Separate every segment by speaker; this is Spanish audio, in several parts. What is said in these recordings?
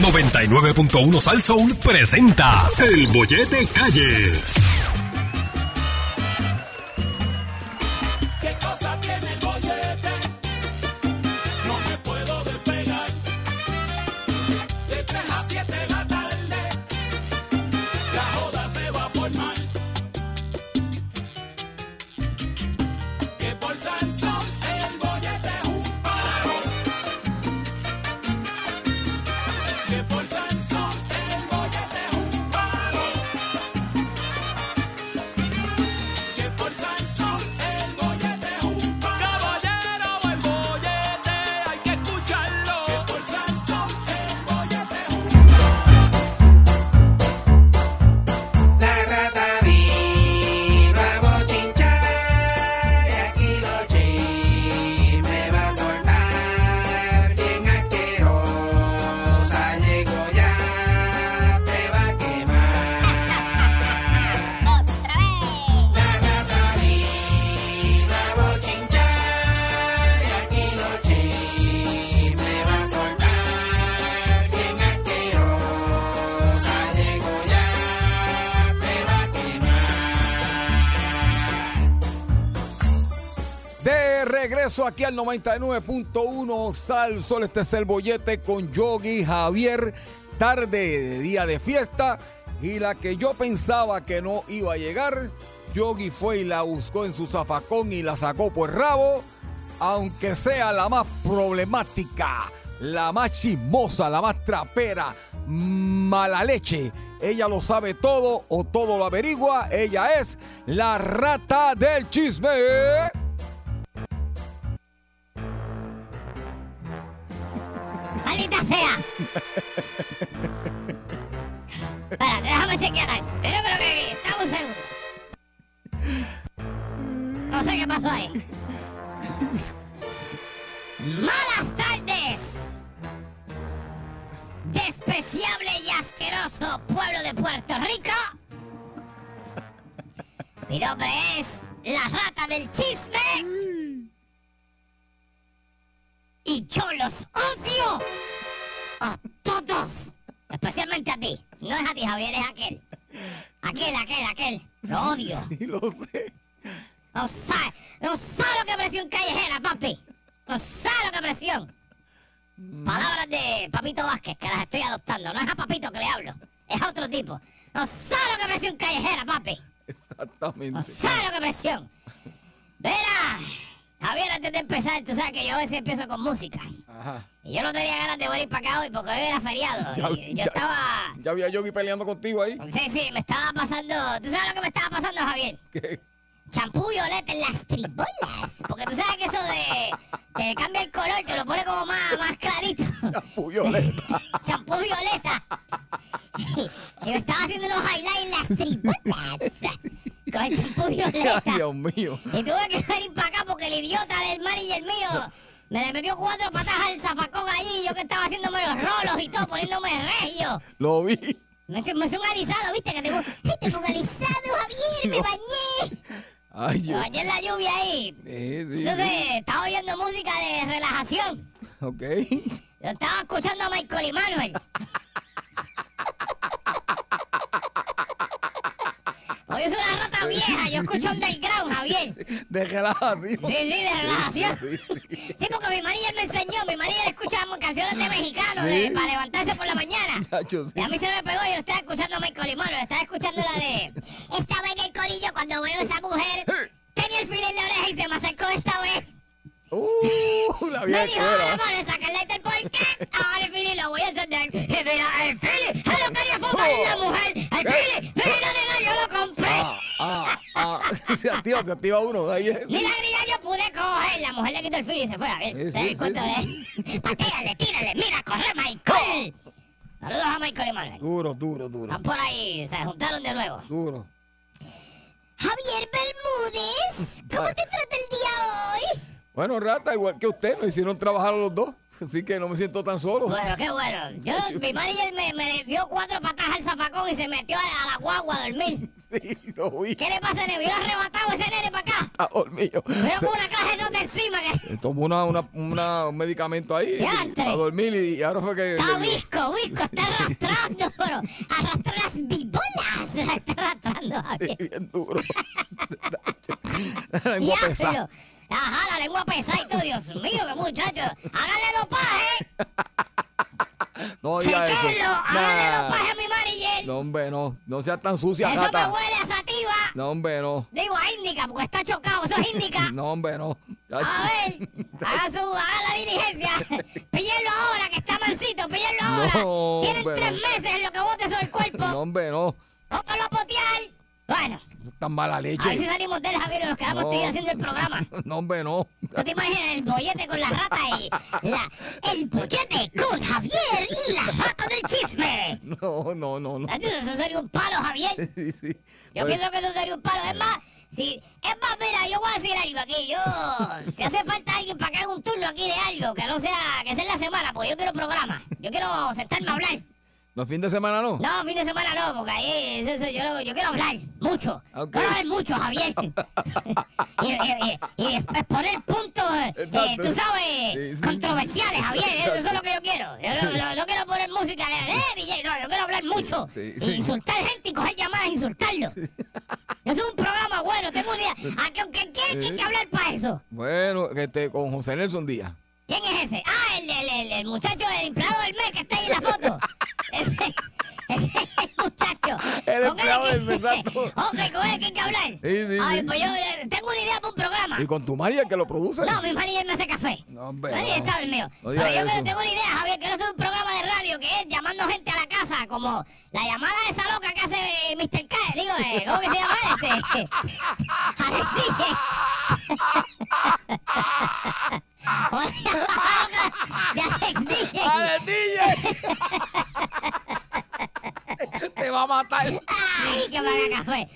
Speaker 1: 99.1 Sal Soul presenta El Bollete Calle.
Speaker 2: ¿Qué cosa tiene el bollete? No me puedo despegar. De 3 a 7 de la tarde, la joda se va a formar. Que por Sansón el bollete es un paro. Que por Sansón el bollete es un paro. Que por Sansón el bollete es un paro. Caballero, el bollete hay que escucharlo. Que por Sansón el bollete es un
Speaker 3: La rata vino a bochinchar y aquí los chismes va a soltar. Bien asquerosa llegó ya, te va a quemar. La rata vino a bochinchar y aquí los chismes va a soltar. Bien asquerosa llegó ya.
Speaker 4: De regreso aquí al 99.1 Sal Sol, este es el bollete con Yogi Javier, tarde de día de fiesta y la que yo pensaba que no iba a llegar, Yogi fue y la buscó en su zafacón y la sacó por el rabo, aunque sea la más problemática, la más chismosa, la más trapera, mala leche. Ella lo sabe todo o todo lo averigua. Ella es la rata del chisme.
Speaker 5: ¡Maldita sea! Para, déjame chequear. ahí. Yo creo que aquí. Dame un segundo. No sé qué pasó ahí. Malas tardes. Despreciable y asqueroso pueblo de Puerto Rico. Mi nombre es la rata del chisme. Y yo los odio a todos. Especialmente a ti. No es a ti, Javier, es aquel. Aquel, aquel, aquel. Lo odio.
Speaker 4: Sí, lo sé.
Speaker 5: No sabe, no sabe lo que presión callejera, papi. No sabe lo que presión.
Speaker 4: Mm.
Speaker 5: Palabras de Papito Vázquez, que las estoy adoptando. No es a Papito que le hablo, es a otro tipo. No sabe lo que presión callejera, papi. No
Speaker 4: Exactamente.
Speaker 5: sabe lo que presión. Verá, Javier, antes de empezar, tú sabes que yo a veces empiezo con música.
Speaker 4: Ajá.
Speaker 5: Y yo no tenía ganas de venir para acá hoy porque hoy era feriado.
Speaker 4: Ya-
Speaker 5: Y yo
Speaker 4: ya-
Speaker 5: estaba...
Speaker 4: Ya había Yogi peleando contigo ahí.
Speaker 5: Sí, sí, me estaba pasando... ¿Tú sabes lo que me estaba pasando, Javier?
Speaker 4: ¿Qué?
Speaker 5: champú violeta en las tribolas. Porque tú sabes que eso de. Te cambia el color, te lo pone como más, más clarito.
Speaker 4: Champú violeta.
Speaker 5: champú violeta. Y me estaba haciendo unos highlights en las tribolas. Con el champú violeta.
Speaker 4: Ay, Dios mío.
Speaker 5: Y tuve que venir para acá porque el idiota del manager mío me le metió cuatro patas al zafacón allí. Y yo que estaba haciéndome los rolos y todo, poniéndome regio.
Speaker 4: Lo vi.
Speaker 5: Me, me hice un alisado, ¿viste? Que tengo. Tengo un alisado, Javier, me bañé.
Speaker 4: Ay,
Speaker 5: Me
Speaker 4: yo. Eh,
Speaker 5: bañé en la lluvia ahí.
Speaker 4: Sí, sí,
Speaker 5: Entonces,
Speaker 4: sí.
Speaker 5: estaba oyendo música de relajación.
Speaker 4: Ok.
Speaker 5: Yo estaba escuchando a Michael y Manuel. Hoy es una rata vieja, yo escucho underground, Javier.
Speaker 4: Déjela así.
Speaker 5: Sí, sí, de relajación.
Speaker 4: Sí, sí, sí.
Speaker 5: Sí, porque mi marido me enseñó, mi marido escucha canciones de mexicanos
Speaker 4: Sí.
Speaker 5: de- para levantarse por la mañana.
Speaker 4: Chacho, sí.
Speaker 5: Y a mí se me pegó, yo estaba escuchando a Michael y Manuel, estaba escuchando la de... Estaba en el corillo cuando veo a esa mujer, tenía el filo en la oreja y se me acercó esta vez.
Speaker 4: Uh, la
Speaker 5: Me
Speaker 4: vieja
Speaker 5: dijo, ahora
Speaker 4: escuela.
Speaker 5: vamos a sacarle el porqué. Ahora el Philly lo voy a encender. Y mira, el Philly, yo lo quería fumar la mujer. El Philly, mira, nena, yo lo compré.
Speaker 4: Oh. Ah, ah, ah. Se activa, se activa uno. Ahí es.
Speaker 5: Mi lágrima yo pude coger. La mujer le quitó el Philly y se fue a ver.
Speaker 4: Sí,
Speaker 5: ¿Se dan
Speaker 4: sí,
Speaker 5: cuenta
Speaker 4: sí, Oh.
Speaker 5: de- Patírale, tírale, mira, corre, Michael. Saludos a Michael y Manuel.
Speaker 4: Duro, duro, duro.
Speaker 5: Van por ahí, se juntaron de nuevo.
Speaker 4: Duro.
Speaker 5: Javier Bermúdez,
Speaker 4: ¿cómo te
Speaker 5: trata el día hoy?
Speaker 4: Bueno, Rata, igual que usted, me hicieron trabajar a los dos, así que no me siento tan solo.
Speaker 5: Bueno, qué bueno. Yo, mi manager me, me dio cuatro patadas al zafacón y se metió a, a la guagua a dormir.
Speaker 4: Sí, lo vi.
Speaker 5: ¿Qué le pasa? Le vio arrebatado ese nene para acá.
Speaker 4: Ah, dormido.
Speaker 5: Pero
Speaker 4: Se-
Speaker 5: con una caja de nota encima que
Speaker 4: eh, Tomó una, una- una- un medicamento ahí
Speaker 5: Diantre.
Speaker 4: a dormir y, y ahora fue que...
Speaker 5: está visco, visco, está arrastrando, pero arrastra las bibolas, la está arrastrando. Javier.
Speaker 4: bien duro. La lengua
Speaker 5: Diablo.
Speaker 4: pesada.
Speaker 5: Ajá, la lengua pesada y todo, Dios mío, qué muchacho. Hágale dopaje,
Speaker 4: No diga eso.
Speaker 5: chequenlo, hágale
Speaker 4: Nah.
Speaker 5: dopaje a mi manager.
Speaker 4: No, hombre, no. No seas tan sucia,
Speaker 5: Eso me
Speaker 4: Rata.
Speaker 5: huele a sativa.
Speaker 4: No, hombre, no.
Speaker 5: Digo a índica, porque está chocado, eso es índica.
Speaker 4: No, hombre, no.
Speaker 5: A ver, haga su, haga la diligencia. Píllenlo ahora, que está mansito, píllenlo ahora.
Speaker 4: No,
Speaker 5: Tienen
Speaker 4: hombre,
Speaker 5: tres
Speaker 4: no.
Speaker 5: meses en lo que bote sobre el cuerpo.
Speaker 4: No, hombre, no.
Speaker 5: ¡Póngalo a potear! Bueno,
Speaker 4: Tan mala
Speaker 5: a ver si
Speaker 4: leche.
Speaker 5: salimos del Javier y nos quedamos
Speaker 4: No.
Speaker 5: tú y yo haciendo el programa.
Speaker 4: No, hombre, no.
Speaker 5: ¿Tú te imaginas el bollete con la rata y la, el bollete con Javier y la rata del chisme?
Speaker 4: No, no, no, no.
Speaker 5: Nacho, Eso sería un palo, Javier.
Speaker 4: Sí, sí.
Speaker 5: Yo pienso que eso sería un palo. Es más, si, es más, mira, yo voy a decir algo aquí. Yo, si hace falta alguien para que haga un turno aquí de algo, que no sea, que sea en la semana, porque yo quiero programa. Yo quiero sentarme a hablar.
Speaker 4: No, fin de semana no.
Speaker 5: No, fin de semana no, porque ahí eso, eso, yo, no- yo quiero hablar mucho.
Speaker 4: Ok.
Speaker 5: Quiero hablar mucho, Javier. y, y- y- y exponer puntos, eh,
Speaker 4: Exacto.
Speaker 5: tú sabes,
Speaker 4: Sí, sí.
Speaker 5: controversiales, Javier. Eso, es lo que yo quiero. Yo no, no- no quiero poner música de, eh, DJ, no, yo quiero hablar mucho.
Speaker 4: Sí,
Speaker 5: Y
Speaker 4: sí.
Speaker 5: Insultar gente y coger llamadas e insultarlo. Eso es un programa bueno, tengo una idea. ¿A qué, qué- qué- qué hay que hablar para eso?
Speaker 4: Bueno, este, con José Nelson Díaz.
Speaker 5: ¿Quién es ese? Ah, el, el, el, el muchacho del empleado del mes que está ahí en la foto. Ese, ese es el muchacho.
Speaker 4: El
Speaker 5: Con
Speaker 4: empleado
Speaker 5: él
Speaker 4: del mes,
Speaker 5: que-
Speaker 4: exacto.
Speaker 5: Ok, con él que hay que hablar.
Speaker 4: Sí, sí,
Speaker 5: Ay,
Speaker 4: sí.
Speaker 5: pues yo eh, tengo una idea para un programa.
Speaker 4: Y con tu María que lo produce.
Speaker 5: Ah. No, mi marido me hace café.
Speaker 4: No, hombre,
Speaker 5: Ahí
Speaker 4: no.
Speaker 5: está el mío.
Speaker 4: No
Speaker 5: Pero
Speaker 4: diga
Speaker 5: yo
Speaker 4: eso.
Speaker 5: quiero- tengo una idea, Javier. Quiero hacer un programa de radio que es llamando gente a la casa, como la llamada de esa loca que hace eh, Mr. K. Digo, eh, ¿cómo que se llama este? Alexis. Hola, loca de Alex DJ.
Speaker 4: ¡Ale, DJ! ¡Te va a matar!
Speaker 5: ¡Ay, que me haga café!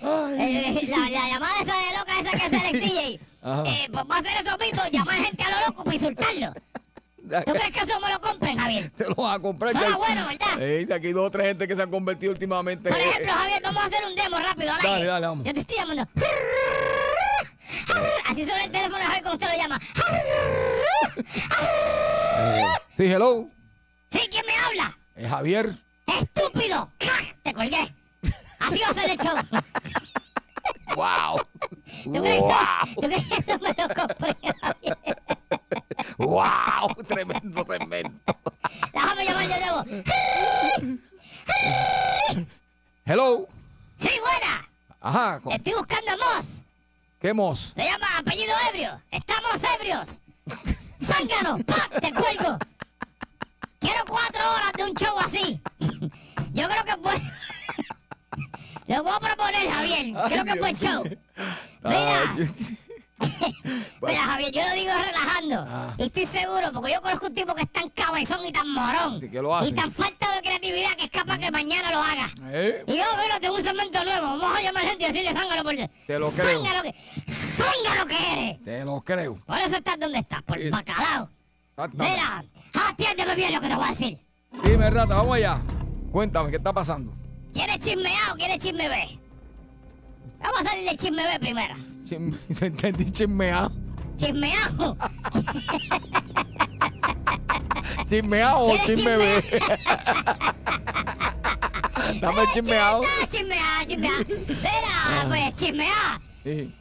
Speaker 5: Eh, la, la llamada esa de loca esa que hace Alex DJ.
Speaker 4: Ajá.
Speaker 5: Eh, pues va a hacer eso mismo, llamar gente a lo loco para insultarlo. ¿Tú crees que eso me lo compren, Javier?
Speaker 4: Te lo vas a comprar.
Speaker 5: Suena
Speaker 4: que hay-
Speaker 5: bueno, ¿verdad?
Speaker 4: Sí, si aquí hay dos o tres gente que se han convertido últimamente.
Speaker 5: Por
Speaker 4: eh,
Speaker 5: ejemplo, Javier, vamos a hacer un demo rápido. Al
Speaker 4: Dale,
Speaker 5: aire.
Speaker 4: dale, vamos.
Speaker 5: Yo te estoy llamando. Así suena el teléfono, Javier, como usted lo llama.
Speaker 4: eh, sí, hello.
Speaker 5: ¿Sí? ¿Quién me habla?
Speaker 4: Eh, Javier.
Speaker 5: ¡Estúpido! ¡Crack! Te colgué. Así va a ser el show.
Speaker 4: ¡Wow!
Speaker 5: ¿Tú crees,
Speaker 4: ¡Wow!
Speaker 5: ¿Tú crees que eso me lo compré, Javier?
Speaker 4: ¡Wow! Tremendo segmento.
Speaker 5: Déjame llamar de nuevo.
Speaker 4: Hello.
Speaker 5: ¡Sí, buena!
Speaker 4: Ajá. con-
Speaker 5: Estoy buscando a Moss.
Speaker 4: ¿Qué mos?
Speaker 5: Se llama apellido ebrio. Estamos ebrios. Zángano, ¡pap! Te cuelgo. Quiero cuatro horas de un show así. Yo creo que es bueno. Lo voy a proponer, Javier. Creo que es buen show. Mira,
Speaker 4: Ah, yo-
Speaker 5: mira, Javier, yo lo digo relajando.
Speaker 4: Ah.
Speaker 5: Y estoy seguro, porque yo conozco un tipo que es tan cabezón y tan morón.
Speaker 4: Así que lo hace.
Speaker 5: Y tan falta de creatividad que es capaz que mañana lo haga.
Speaker 4: ¿Eh?
Speaker 5: Y yo, bueno, tengo un segmento nuevo. Vamos a llamar gente y decirle zángalo por
Speaker 4: Te lo creo.
Speaker 5: Zángalo que, zángalo que eres.
Speaker 4: Te lo creo.
Speaker 5: Por eso estás donde estás, por
Speaker 4: Sí.
Speaker 5: bacalao.
Speaker 4: Exactamente.
Speaker 5: Mira, atiéndeme bien lo que te voy a decir.
Speaker 4: Dime, rata, vamos allá. Cuéntame, ¿qué está pasando?
Speaker 5: ¿Quieres chisme A o quieres chisme B? Vamos a hacerle chisme B primero.
Speaker 4: Chisme- Te entendí chismeado.
Speaker 5: Chismeado.
Speaker 4: ¿Chismeado o
Speaker 5: ¿Quieres
Speaker 4: chisme B? Dame chismeado.
Speaker 5: Chisme A, chisme A. Mira, pues chisme A.
Speaker 4: Sí.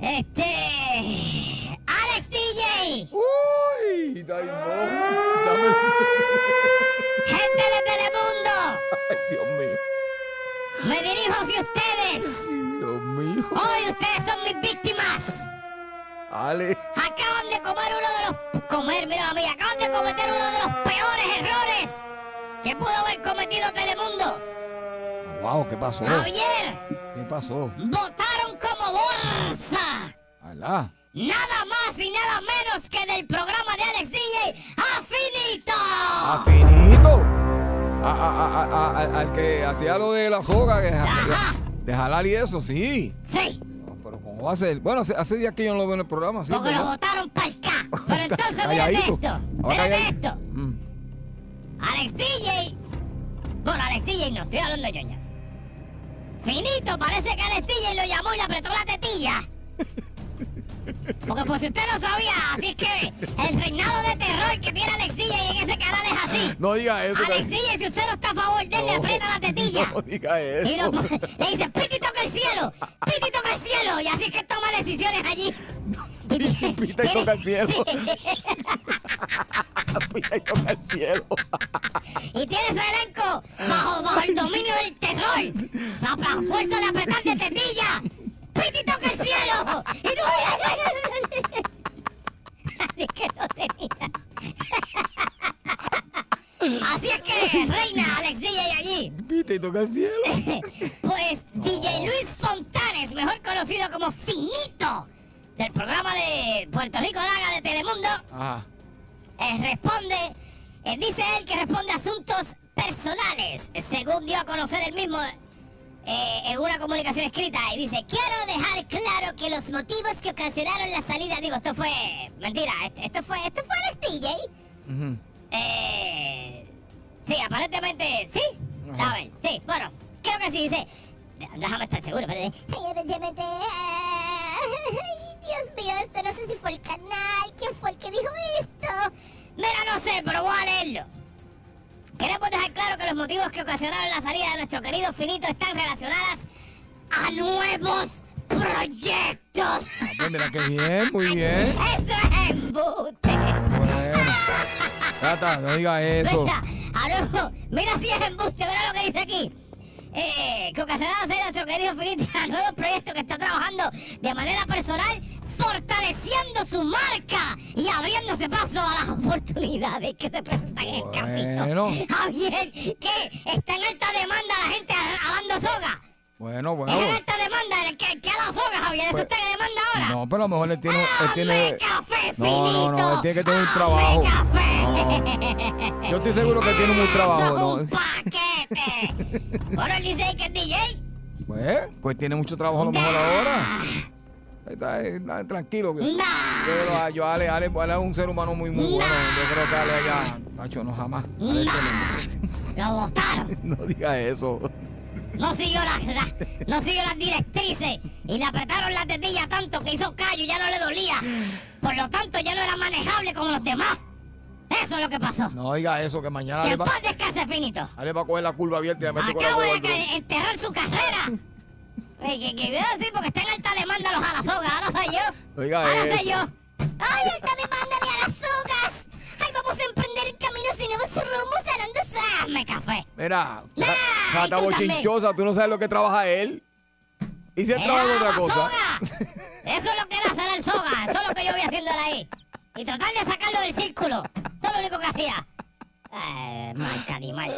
Speaker 5: Este. Alex DJ.
Speaker 4: Uy, ay, no. Dame.
Speaker 5: Gente de Telemundo.
Speaker 4: Ay, Dios mío.
Speaker 5: Me dirijo hacia ustedes.
Speaker 4: Dios mío.
Speaker 5: Hoy ustedes son mis víctimas.
Speaker 4: Ale.
Speaker 5: Acaban de comer uno de los. Comer, mira, mí, acaban de cometer uno de los peores errores que pudo haber cometido Telemundo.
Speaker 4: Wow, ¿qué pasó?
Speaker 5: Javier,
Speaker 4: ¿Qué pasó?
Speaker 5: votaron como bolsa.
Speaker 4: Alá.
Speaker 5: Nada más y nada menos que del programa de Alex DJ Afinito.
Speaker 4: ¡Afinito! A- a- a- a- a- al que hacía lo de la soga, que ja-
Speaker 5: Ajá.
Speaker 4: de jalar y eso, sí.
Speaker 5: Sí,
Speaker 4: No, pero ¿cómo va a ser? Bueno, hace, hace días que yo no lo veo en el programa, sí.
Speaker 5: porque lo
Speaker 4: ¿verdad?
Speaker 5: votaron para el Pero entonces, mírate
Speaker 4: Calladito.
Speaker 5: esto.
Speaker 4: Ahora
Speaker 5: Mírate
Speaker 4: callad-
Speaker 5: esto.
Speaker 4: Mm.
Speaker 5: Alex DJ. Bueno, Alex DJ no, estoy hablando de ñoña. Finito, parece que Alex DJ lo llamó y le apretó la tetilla. Porque por si usted no sabía, así es que el reinado de terror que tiene Alex DJ en ese canal es así.
Speaker 4: No diga eso.
Speaker 5: Alex DJ, si usted no está a favor de él, le
Speaker 4: No,
Speaker 5: aprieta la tetilla.
Speaker 4: No diga
Speaker 5: Y lo-
Speaker 4: eso.
Speaker 5: le dice, Piti toca el cielo, Piti toca el cielo. Y así es que toma decisiones allí.
Speaker 4: Piti, pita y toca el cielo. Pita y toca el cielo.
Speaker 5: Y tiene ese elenco bajo, bajo el dominio del terror. La, la fuerza de apretar de tetilla. Piti toca el cielo. Y tú... Así que no tenía. Así es que reina Alex DJ allí.
Speaker 4: Pita y toca el cielo.
Speaker 5: Pues DJ Luis Fontanes, mejor conocido como Finito, del programa de Puerto Rico Laga de Telemundo,
Speaker 4: Ajá.
Speaker 5: eh, responde, eh, dice él que responde asuntos personales, según dio a conocer él mismo eh, en una comunicación escrita. Y dice, quiero dejar claro que los motivos que ocasionaron la salida, digo, esto fue mentira, esto, esto fue, esto fue este Alex DJ.
Speaker 4: Ujú.
Speaker 5: Eh, sí, aparentemente sí. A ver, sí, bueno, creo que sí, dice. Déjame estar seguro, pero. eh,
Speaker 6: Ay, evidentemente, ay, Dios mío, esto no sé si fue el canal, quién fue el que dijo esto.
Speaker 5: Mira, no sé, pero voy a leerlo. Queremos dejar claro que los motivos que ocasionaron la salida de nuestro querido Finito están relacionadas a nuevos proyectos.
Speaker 4: Pues mira que bien, muy bien.
Speaker 5: Eso es embuste.
Speaker 4: Bueno. Tata, no diga eso.
Speaker 5: Mira, Arojo, mira si es embuste, mira lo que dice aquí. Eh, que ocasionado sea nuestro querido Finito a nuevos proyectos que está trabajando de manera personal, fortaleciendo su marca y abriéndose paso a las oportunidades que se presentan en el
Speaker 4: Bueno.
Speaker 5: camino. Javier, que está en alta demanda la gente alando soga.
Speaker 4: Bueno, bueno.
Speaker 5: Es en alta demanda el que, que a la soga, Javier. Eso
Speaker 4: Pues,
Speaker 5: está en demanda ahora.
Speaker 4: No, pero a lo mejor él tiene. Él
Speaker 5: ¡Hazme
Speaker 4: tiene
Speaker 5: café,
Speaker 4: No, no, no,
Speaker 5: finito!
Speaker 4: él tiene que tener un
Speaker 5: ¡Hazme
Speaker 4: trabajo.
Speaker 5: café!
Speaker 4: yo estoy seguro que tiene un trabajo,
Speaker 5: ¡Eso es un
Speaker 4: ¿no?
Speaker 5: paquete! Bueno, él dice que es DJ.
Speaker 4: Pues, pues tiene mucho trabajo a lo mejor ahora. Ahí Está, eh, na- tranquilo. Que,
Speaker 5: ¡Nah!
Speaker 4: pero a- yo, Ale, Ale, Ale es un ser humano muy, muy bueno. Yo creo que Ale allá. Macho, no jamás. Ale,
Speaker 5: Lo botaron.
Speaker 4: no diga eso.
Speaker 5: No siguió, la- la- no siguió las directrices y le apretaron la tetilla tanto que hizo callo y ya no le dolía. Por lo tanto, ya no era manejable como los demás. Eso es lo que pasó.
Speaker 4: No diga eso, que mañana
Speaker 5: Que
Speaker 4: Ale
Speaker 5: en
Speaker 4: va,
Speaker 5: paz descanse, finito.
Speaker 4: Ale va a coger la curva abierta y la mete con la
Speaker 5: Acabo
Speaker 4: boba
Speaker 5: de
Speaker 4: al dron.
Speaker 5: ca- enterrar su carrera. Oye, que, que veo sí, porque está en alta demanda los alazogas. Ahora soy yo.
Speaker 4: Oiga
Speaker 5: Ahora
Speaker 4: eso.
Speaker 5: soy yo.
Speaker 6: Ay, alta demanda de alazogas. Ay, vamos a emprender caminos y nuevos rumbos alando soga.
Speaker 5: Hazme café.
Speaker 4: Mira, ja-
Speaker 5: y
Speaker 4: jata
Speaker 5: tú también.
Speaker 4: bochinchosa, tú no sabes lo que trabaja él. Y si él
Speaker 5: Era
Speaker 4: trabaja en otra
Speaker 5: la
Speaker 4: cosa.
Speaker 5: soga. Eso es lo que era hacer el soga. Eso es lo que yo voy haciendo ahí. Y tratar de sacarlo del círculo. Eso es lo único que hacía. Eh, marca ni marca.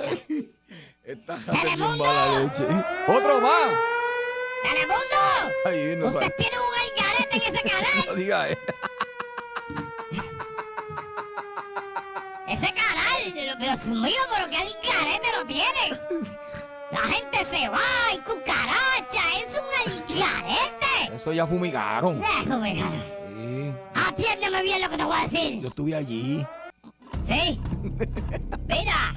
Speaker 4: Esta jata es bien
Speaker 5: ¡Telemundo!
Speaker 4: mala leche. ¡Otro más!
Speaker 5: ¡Telemundo!
Speaker 4: Ay, no sabe.
Speaker 5: Usted tiene un algarete en ese
Speaker 4: No
Speaker 5: canal.
Speaker 4: diga eso.
Speaker 5: Ese canal. Dios mío, pero qué algarete lo tienen. La gente se va y cucaracha. Es un algarete.
Speaker 4: Eso ya fumigaron.
Speaker 5: Déjame, cara.
Speaker 4: Sí,
Speaker 5: Atiéndeme bien lo que te voy a decir.
Speaker 4: yo estuve allí.
Speaker 5: Sí. Mira.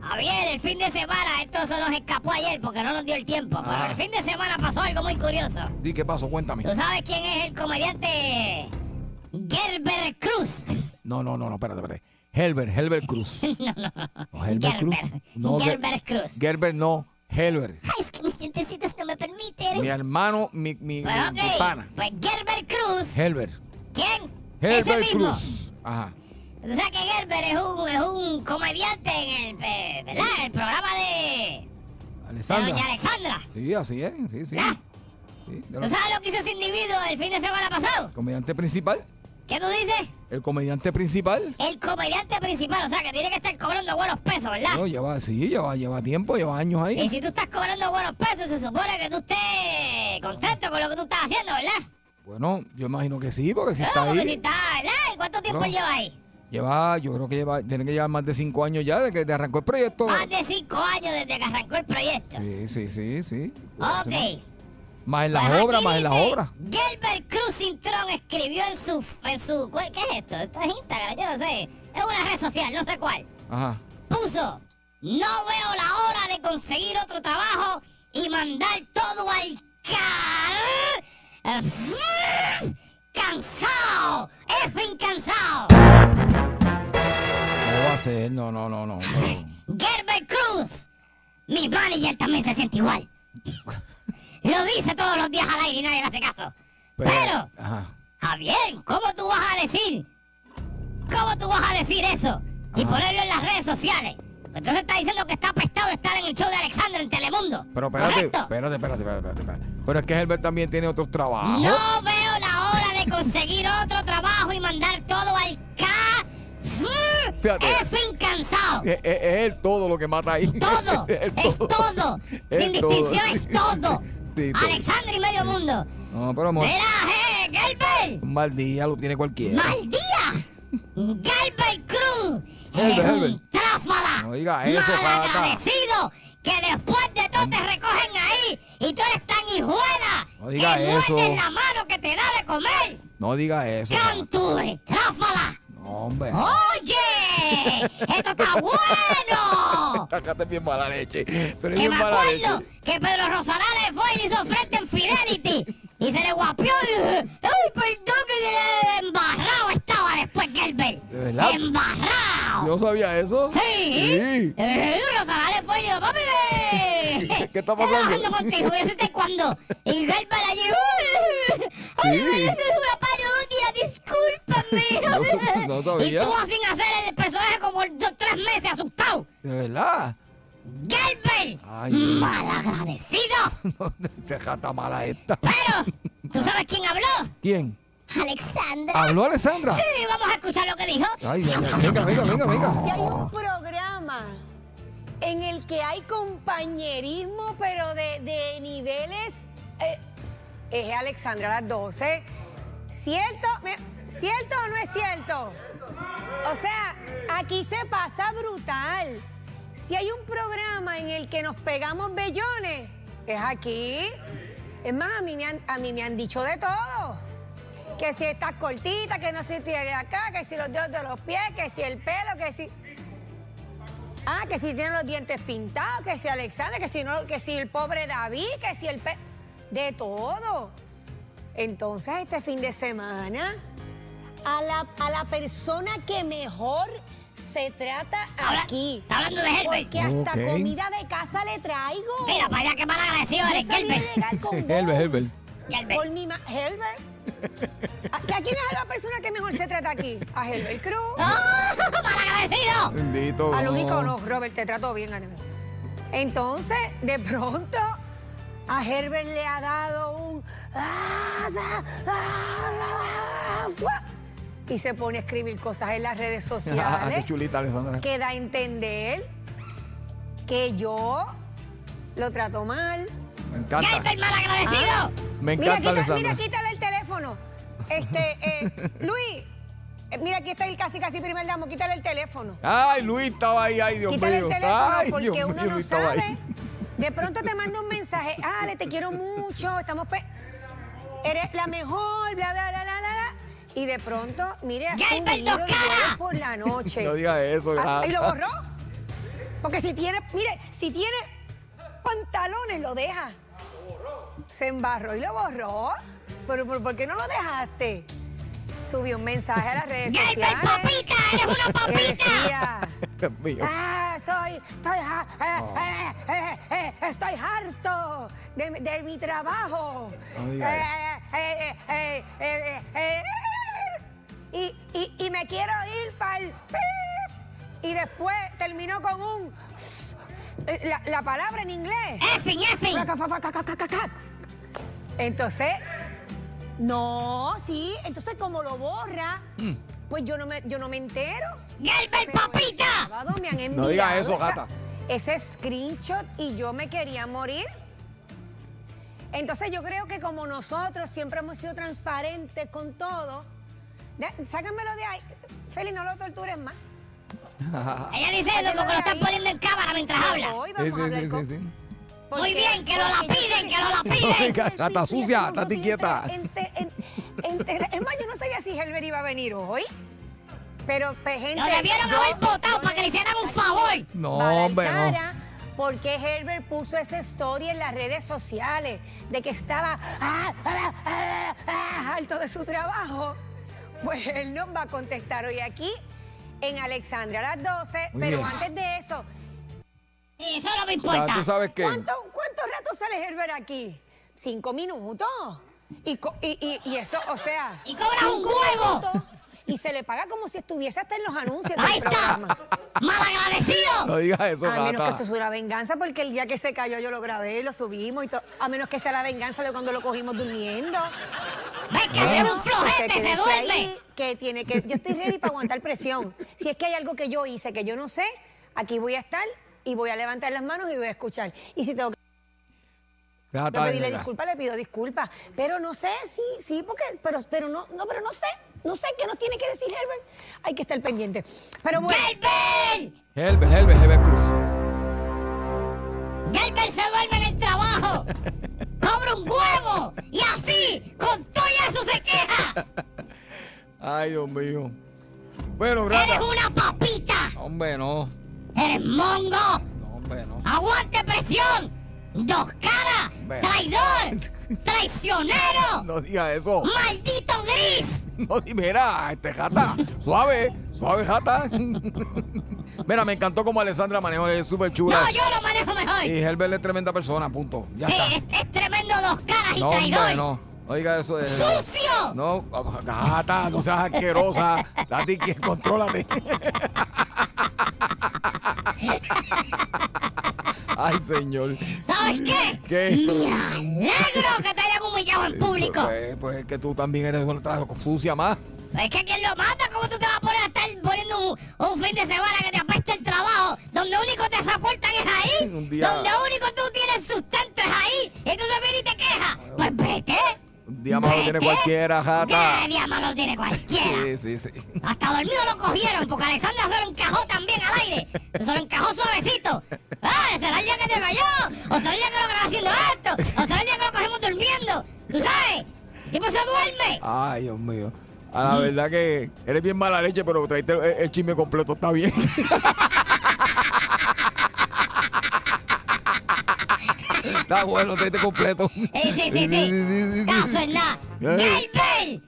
Speaker 5: Javier, el fin de semana, esto se nos escapó ayer porque no nos dio el tiempo, pero
Speaker 4: Ah.
Speaker 5: el fin de semana pasó algo muy curioso.
Speaker 4: Sí, ¿qué pasó? Cuéntame.
Speaker 5: ¿Tú sabes quién es el comediante Gerber Cruz?
Speaker 4: No, no, no, no, espérate, espérate. Helber, Helber Cruz.
Speaker 5: No, no, no.
Speaker 4: No, Helber Cruz. No, Ger-
Speaker 5: Gerber Cruz.
Speaker 4: Gerber no, Helber.
Speaker 6: Ay, es que mis dientecitos no me permiten.
Speaker 4: Mi hermano, mi, mi,
Speaker 5: Pues,
Speaker 4: mi-
Speaker 5: ok,
Speaker 4: mi pana.
Speaker 5: pues Gerber Cruz,
Speaker 4: Helber.
Speaker 5: ¿quién? Ese
Speaker 4: Helber
Speaker 5: mismo.
Speaker 4: Cruz. Ajá.
Speaker 5: Tú sabes que Gerber es un, es un comediante en el, eh, ¿verdad? el programa de, de Doña
Speaker 4: Alessandra.
Speaker 5: Alexandra.
Speaker 4: Sí, así es. Sí, sí.
Speaker 5: Ah.
Speaker 4: Sí, de
Speaker 5: ¿Tú
Speaker 4: la-
Speaker 5: sabes lo que hizo ese individuo el fin de semana pasado?
Speaker 4: comediante principal.
Speaker 5: ¿Qué tú dices?
Speaker 4: El comediante principal.
Speaker 5: El comediante principal, o sea que tiene que estar cobrando buenos pesos, ¿verdad?
Speaker 4: No, lleva, sí, lleva, lleva tiempo, lleva años
Speaker 5: Y
Speaker 4: ahí.
Speaker 5: si tú estás cobrando buenos pesos, se supone que tú estés contento con lo que tú estás haciendo, ¿verdad?
Speaker 4: Bueno, yo imagino que sí, porque si
Speaker 5: No,
Speaker 4: está
Speaker 5: porque si
Speaker 4: ahí.
Speaker 5: está, ¿verdad? ¿Y cuánto tiempo
Speaker 4: No.
Speaker 5: lleva ahí?
Speaker 4: Lleva, yo creo que lleva, tiene que llevar más de cinco años ya de que te arrancó
Speaker 5: Ah,
Speaker 4: el proyecto.
Speaker 5: Más de cinco años desde que arrancó el proyecto.
Speaker 4: Sí, sí, sí, sí.
Speaker 5: ok.
Speaker 4: Más en las
Speaker 5: Pues aquí
Speaker 4: obras, más en las
Speaker 5: dice,
Speaker 4: obras.
Speaker 5: Gilbert Cruz Cintrón escribió en su, en su. ¿Qué es esto? Esto es Instagram, yo no sé. Es una red social, no sé cuál.
Speaker 4: Ajá.
Speaker 5: Puso. No veo la hora de conseguir otro trabajo y mandar todo al car. Eh, Cansado. Es fin cansado.
Speaker 4: No va a ser, no, no, no, no. pero-
Speaker 5: Gerber Cruz. Mi manager también se siente igual. Lo dice todos los días al aire y nadie le hace caso. Pero,
Speaker 4: Ajá.
Speaker 5: Javier, ¿cómo tú vas a decir? ¿Cómo tú vas a decir eso? Y ponerlo en las redes sociales. Entonces está diciendo que está apestado estar en el show de Alexander en Telemundo.
Speaker 4: Pero espérate,
Speaker 5: ¿Correcto?
Speaker 4: espérate, espérate, espérate, espérate. Pero es que Herbert también tiene otros trabajos.
Speaker 5: No veo la hora de conseguir otro trabajo y mandar todo al K.
Speaker 4: Fíjate.
Speaker 5: F incansado.
Speaker 4: Es, es- es el todo lo que mata ahí.
Speaker 5: todo,
Speaker 4: El
Speaker 5: es todo,
Speaker 4: Es
Speaker 5: sin
Speaker 4: todo.
Speaker 5: distinción es todo.
Speaker 4: Sí, todo.
Speaker 5: Alexandre y medio mundo.
Speaker 4: No, pero amor,
Speaker 5: Mira, eh, Gelber,
Speaker 4: un mal día lo tiene cualquiera.
Speaker 5: maldía, Gelber Cruz,
Speaker 4: Gelber,
Speaker 5: eres
Speaker 4: Gelber.
Speaker 5: un tráfala,
Speaker 4: No diga eso, Cata.
Speaker 5: malagradecido, que después de todo te recogen ahí y tú eres tan hijuela
Speaker 4: No diga
Speaker 5: que
Speaker 4: eso.
Speaker 5: muerden la mano que te da de comer.
Speaker 4: No diga eso.
Speaker 5: Cantube, tráfala.
Speaker 4: No, hombre.
Speaker 7: Ah.
Speaker 5: Oye, esto está bueno.
Speaker 4: Acá te bien mala leche. Tú eres
Speaker 5: Que
Speaker 4: bien
Speaker 5: me
Speaker 4: mala
Speaker 5: acuerdo
Speaker 4: leche.
Speaker 5: que Pedro Rosales fue y le hizo frente en Fidelity. Y se le guapió y ¡Ay, perdón que le- embarrado estaba después Gelber!
Speaker 4: ¿De verdad?
Speaker 5: ¡Embarrado!
Speaker 4: Yo sabía eso.
Speaker 5: Sí.
Speaker 4: Sí.
Speaker 5: Eh, Rosales fue y le dijo, papi, ¿qué?
Speaker 4: ¿Qué está pasando?
Speaker 5: Trabajando contigo, yo sé cuándo. Y Gelber allí, ¡Ay, ay,
Speaker 4: Sí.
Speaker 5: eso es una parodia,
Speaker 4: No
Speaker 5: discúlpame!
Speaker 4: su- no sabía.
Speaker 5: Y estuvo sin hacer el personaje como dos, tres meses, asustado.
Speaker 4: De verdad.
Speaker 5: ¡Gelber!
Speaker 4: Ay.
Speaker 7: Mm.
Speaker 5: ¡Malagradecido!
Speaker 4: No, te jata mala esta.
Speaker 5: Pero, ¿tú sabes quién habló?
Speaker 4: ¿Quién?
Speaker 6: Alexandra.
Speaker 4: ¿Habló Alessandra?
Speaker 5: Sí, vamos a escuchar lo que dijo.
Speaker 4: Ay, venga, venga, venga, venga.
Speaker 7: que hay un programa en el que hay compañerismo, pero de, de niveles. eh, es Alexandra a las 12. ¿Cierto? Me- ¿Cierto o no es cierto? O sea, aquí se pasa brutal. Si hay un programa en el que nos pegamos bellones, es aquí. Es más, a mí me han, a mí me han dicho de todo. Que si estás cortita, que no se te de acá, que si los dedos de los pies, que si el pelo, que si... Ah, que si tienen los dientes pintados, que si Alexander, que si no, que si el pobre David, que si el pe... de todo. Entonces, este fin de semana, a la, a la persona que mejor se trata
Speaker 5: Habla-
Speaker 7: aquí.
Speaker 5: está hablando de Herbert.
Speaker 7: Porque hasta
Speaker 4: Ok.
Speaker 7: comida de casa le traigo.
Speaker 5: Mira para allá, qué malagradecido
Speaker 7: Yo
Speaker 5: eres,
Speaker 7: salí
Speaker 5: Gelber.
Speaker 7: ilegal con
Speaker 4: Herbert,
Speaker 7: vos.
Speaker 4: Herbert.
Speaker 5: Gelber.
Speaker 7: Por mi ma- Herbert. ¿A, que ¿A quién es la persona que mejor se trata aquí? A Herbert Cruz.
Speaker 5: ¡Oh, malagradecido!
Speaker 4: Bendito.
Speaker 7: Al
Speaker 4: no.
Speaker 7: único no, Robert, te trato bien, Ana. Entonces, de pronto, a Herbert le ha dado un... ah, da, ah, la, fua, Y se pone a escribir cosas en las redes
Speaker 4: Ah,
Speaker 7: sociales.
Speaker 4: qué chulita, Alessandra.
Speaker 7: que da a entender que yo lo trato mal.
Speaker 4: Me encanta.
Speaker 5: ¡Gelber, malagradecido!
Speaker 7: Ah.
Speaker 4: Me
Speaker 7: mira,
Speaker 4: encanta,
Speaker 7: quita- mira,
Speaker 4: Alessandra.
Speaker 7: quítale el teléfono. Este, eh, Luis, eh, mira, aquí está el casi casi primer damo, quítale el teléfono.
Speaker 4: Ay, Luis estaba ahí, ay, Dios
Speaker 7: Quítale
Speaker 4: mío.
Speaker 7: el teléfono
Speaker 4: Ay,
Speaker 7: porque
Speaker 4: Dios mío,
Speaker 7: uno no
Speaker 4: Luis estaba
Speaker 7: sabe.
Speaker 4: ahí.
Speaker 7: De pronto te manda un mensaje, Ale, te quiero mucho, estamos... pe- Eres la mejor, bla, bla, bla, bla, bla, bla. Y de pronto, mire, ha
Speaker 5: ¡Ya,
Speaker 7: subido
Speaker 5: Alberto,
Speaker 7: el
Speaker 5: cara!
Speaker 7: video por la noche.
Speaker 4: No digas eso,
Speaker 7: Ah, ¿Y lo
Speaker 4: Gata.
Speaker 7: borró? Porque si tiene, mire, si tiene pantalones, lo deja. Se embarró y lo borró. Pero, pero, ¿por qué no lo dejaste? Subió un mensaje a las redes
Speaker 5: ¡Gelber,
Speaker 7: sociales.
Speaker 5: papita!
Speaker 7: ah.
Speaker 5: ¡Eres una
Speaker 7: Que
Speaker 5: papita!
Speaker 7: decía,
Speaker 4: Dios mío.
Speaker 7: ah, soy, estoy, ja- eh, eh, eh, eh, estoy harto de, mi- de mi trabajo.
Speaker 4: No diga
Speaker 7: Eh, eh,
Speaker 4: eso.
Speaker 7: eh, eh, eh, eh, eh, y, y- y me quiero ir para el... Y después terminó con un... eh, La, la palabra en inglés.
Speaker 5: ¡Effing, effing!
Speaker 7: Entonces, no, sí. Entonces, como lo borra, pues yo no me, yo no me entero.
Speaker 5: ¡Gelber,
Speaker 7: Pero el
Speaker 5: papita!
Speaker 7: sábado me han enviado
Speaker 4: No diga eso,
Speaker 7: esa-
Speaker 4: gata.
Speaker 7: Ese screenshot y yo me quería morir. Entonces yo creo que como nosotros siempre hemos sido transparentes con todo, de- sácamelo de ahí. Feli, no lo tortures más.
Speaker 5: Ella dice eso porque lo están poniendo en cámara mientras habla.
Speaker 7: Hoy vamos a
Speaker 4: Sí, sí,
Speaker 7: hablar
Speaker 4: sí,
Speaker 7: con-
Speaker 4: sí, sí.
Speaker 7: porque-
Speaker 5: Muy bien, que lo
Speaker 7: porque
Speaker 5: lapiden, que lo lapiden.
Speaker 7: entonces-
Speaker 4: Venga, gata
Speaker 7: Sí, sí,
Speaker 4: sucia,
Speaker 7: no, no,
Speaker 4: estate
Speaker 7: sí,
Speaker 4: quieta.
Speaker 7: entre- en- entre- es más, yo no sabía si Helber iba a venir hoy. Pero, pues, gente.
Speaker 5: Lo debieron
Speaker 7: yo-
Speaker 5: haber votado
Speaker 7: yo
Speaker 5: para que
Speaker 7: le-
Speaker 5: le hicieran un favor.
Speaker 4: No,
Speaker 7: va a dar
Speaker 4: hombre, no.
Speaker 7: cara Porque Herbert puso esa historia en las redes sociales de que estaba ah, ah, ah, ah, alto de su trabajo. Pues él nos va a contestar hoy aquí en Alexandria a las 12.
Speaker 4: Muy
Speaker 7: pero
Speaker 4: bien.
Speaker 7: antes de eso,
Speaker 5: Sí, eso no me
Speaker 4: Ya, ¿Tú
Speaker 5: importa.
Speaker 4: sabes qué?
Speaker 7: ¿cuánto, cuánto rato sale Herbert aquí? ¿Cinco minutos? Y, co- y- y- y eso, o sea.
Speaker 5: Y cobra un
Speaker 7: cinco
Speaker 5: huevo.
Speaker 7: minutos, Y se le paga como si estuviese hasta en los anuncios del
Speaker 5: Ahí está.
Speaker 7: programa.
Speaker 4: No
Speaker 5: Malagradecido.
Speaker 4: digas eso,
Speaker 7: A Ah, menos que
Speaker 4: gata.
Speaker 7: esto es una venganza, porque el día que se cayó yo lo grabé, lo subimos y todo. A menos que sea la venganza de cuando lo cogimos durmiendo.
Speaker 5: Ves que es un
Speaker 7: Que
Speaker 5: flojete, se
Speaker 7: quédese
Speaker 5: duerme.
Speaker 7: ahí, que tiene que. Yo estoy ready para aguantar presión. Si es que hay algo que yo hice que yo no sé, aquí voy a estar y voy a levantar las manos y voy a escuchar. Y si tengo que
Speaker 4: Gata, de
Speaker 7: pedirle
Speaker 4: verdad.
Speaker 7: disculpas, le pido disculpas. Pero no sé, sí, sí, porque. Pero, pero no, no, pero no sé. No sé qué nos tiene que decir Herbert. Hay que estar pendiente. Pero bueno.
Speaker 5: ¡Gelber!
Speaker 4: Helbert, Helbert, Helbert Cruz.
Speaker 5: ¡Gelber se duerme en el trabajo! ¡Cobra un huevo! Y así, con todo y eso se queja.
Speaker 4: Ay, Dios mío. Bueno,
Speaker 5: ¡Eres
Speaker 4: gata.
Speaker 5: una papita!
Speaker 4: Hombre, no.
Speaker 5: ¡Eres mongo!
Speaker 4: No, hombre, no.
Speaker 7: Ah.
Speaker 5: ¡Aguante presión! ¡Dos caras!
Speaker 4: Bueno.
Speaker 5: ¡Traidor! ¡Traicionero!
Speaker 4: No digas eso.
Speaker 5: ¡Maldito gris!
Speaker 4: No, di- mira, este jata, suave, suave jata. mira, me encantó como Alessandra manejó, es súper chula.
Speaker 5: No, yo lo manejo mejor.
Speaker 4: Y Herbert es tremenda persona, punto. Ya
Speaker 5: Sí,
Speaker 4: está.
Speaker 5: es, es tremendo dos caras y
Speaker 4: No, hombre,
Speaker 5: traidor.
Speaker 4: no. Oiga eso de...
Speaker 5: ¡Sucio!
Speaker 4: No, gata, no seas asquerosa. Date que contrólate. Ay, señor.
Speaker 5: ¿Sabes qué?
Speaker 4: ¿Qué?
Speaker 5: Me alegro que te hayan humillado en público.
Speaker 4: Pues, pues es que tú también eres una trajo sucia más.
Speaker 5: Es que quien lo mata, ¿cómo tú te vas a poner a estar poniendo un, un fin de semana que te apesta el trabajo? Donde único te soportan es ahí.
Speaker 4: Un día-
Speaker 5: Donde único tú tienes sustento es ahí. Y tú te vienes y te quejas. Pues vete.
Speaker 4: Un día más lo tiene cualquiera, jata.
Speaker 5: Un día más lo tiene cualquiera.
Speaker 4: Sí, sí, sí.
Speaker 5: Hasta dormido lo cogieron, porque Alessandra se lo encajó también al aire. Se lo encajó suavecito. Ah, será el día que te cayó. O será el día que lo grabas haciendo esto. O será el día que lo cogemos durmiendo. ¿Tú sabes? El tipo se duerme.
Speaker 4: Ay, Dios mío. A la verdad que eres bien mala leche, pero traiste el, el chisme completo, está bien. está bueno, traiste completo.
Speaker 5: Eh, sí, sí, sí. Caso en nada.
Speaker 4: Eh.
Speaker 5: ¡Gelbel!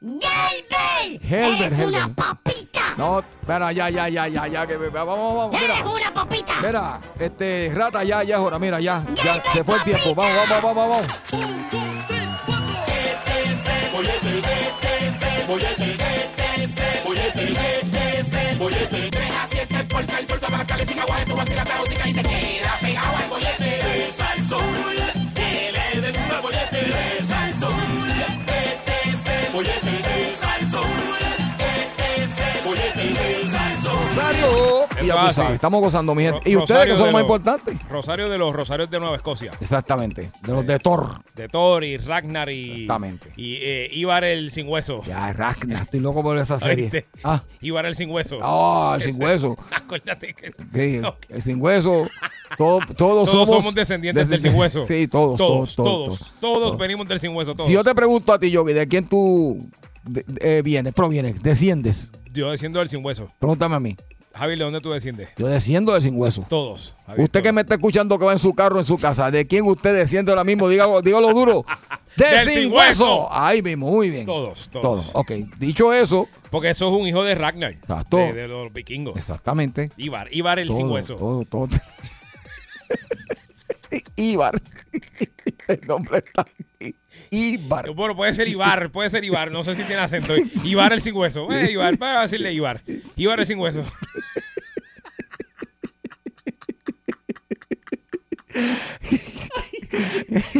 Speaker 5: ¡Gelbel! ¡Eres
Speaker 4: Gelber,
Speaker 5: una
Speaker 4: Gelber.
Speaker 5: papita!
Speaker 4: No, espera, ya, ya, ya, ya, ya, que me- vamos, vamos, vamos.
Speaker 5: ¡Eres
Speaker 4: Mira,
Speaker 5: una papita!
Speaker 4: mira, este, rata, ya, ya es hora, mira, ya, ya, se fue el tiempo. Vamos, vamos, vamos, vamos. Rosario. Y ya tú
Speaker 8: Fácil.
Speaker 4: sabes, estamos gozando, mi gente. Y
Speaker 8: Ro-
Speaker 4: ustedes, que
Speaker 8: Rosario
Speaker 4: son
Speaker 8: de
Speaker 4: lo más
Speaker 8: los-
Speaker 4: importante.
Speaker 8: Rosario de los Rosarios de Nueva Escocia.
Speaker 4: Exactamente, de los de Thor.
Speaker 8: De Thor y Ragnar y.
Speaker 4: Exactamente.
Speaker 8: Y eh, Ibar el sin hueso.
Speaker 4: Ya, Ragnar, estoy loco por esa serie.
Speaker 8: ¿Oíste?
Speaker 4: Ah,
Speaker 8: Ibar el sin hueso.
Speaker 4: ah, el sin hueso.
Speaker 8: Acuérdate que.
Speaker 4: Sí,
Speaker 8: Ok.
Speaker 4: el sin hueso. todo- todos,
Speaker 8: Todos
Speaker 4: somos,
Speaker 8: somos, descendientes del sin hueso.
Speaker 4: Sí, todos, todos, todos.
Speaker 8: Todos,
Speaker 4: todos.
Speaker 8: todos, venimos del sin hueso. Todos.
Speaker 4: Si yo
Speaker 8: Yo,
Speaker 4: te pregunto a ti, Yogi, ¿de quién tú de- eh, vienes, provienes, desciendes?
Speaker 8: desciendo del sin hueso.
Speaker 4: Pregúntame a mí.
Speaker 8: Javi, ¿de dónde tú desciendes?
Speaker 4: Yo desciendo del sin hueso.
Speaker 8: Todos. Javi,
Speaker 4: Usted que
Speaker 8: todos.
Speaker 4: me está escuchando que va en su carro, en su casa, ¿de quién usted desciende ahora mismo? Diga- Dígalo duro. ¡De
Speaker 8: Del
Speaker 4: sin,
Speaker 8: sin
Speaker 4: hueso!
Speaker 8: hueso.
Speaker 4: Ahí mismo, muy bien.
Speaker 8: Todos, todos.
Speaker 4: Ok, dicho eso,
Speaker 8: Porque eso es un hijo de Ragnar.
Speaker 4: Exacto.
Speaker 8: De, de los vikingos.
Speaker 4: exactamente.
Speaker 8: Ibar, Ibar el sin
Speaker 4: Todo,
Speaker 8: hueso.
Speaker 4: Todo, todo. Ibar. El nombre está aquí. Ibar.
Speaker 8: Bueno, puede ser Ibar, puede ser Ibar, no sé si tiene acento. Ibar el sin hueso. Eh, Ibar, para decirle Ibar. Ibar el sin hueso.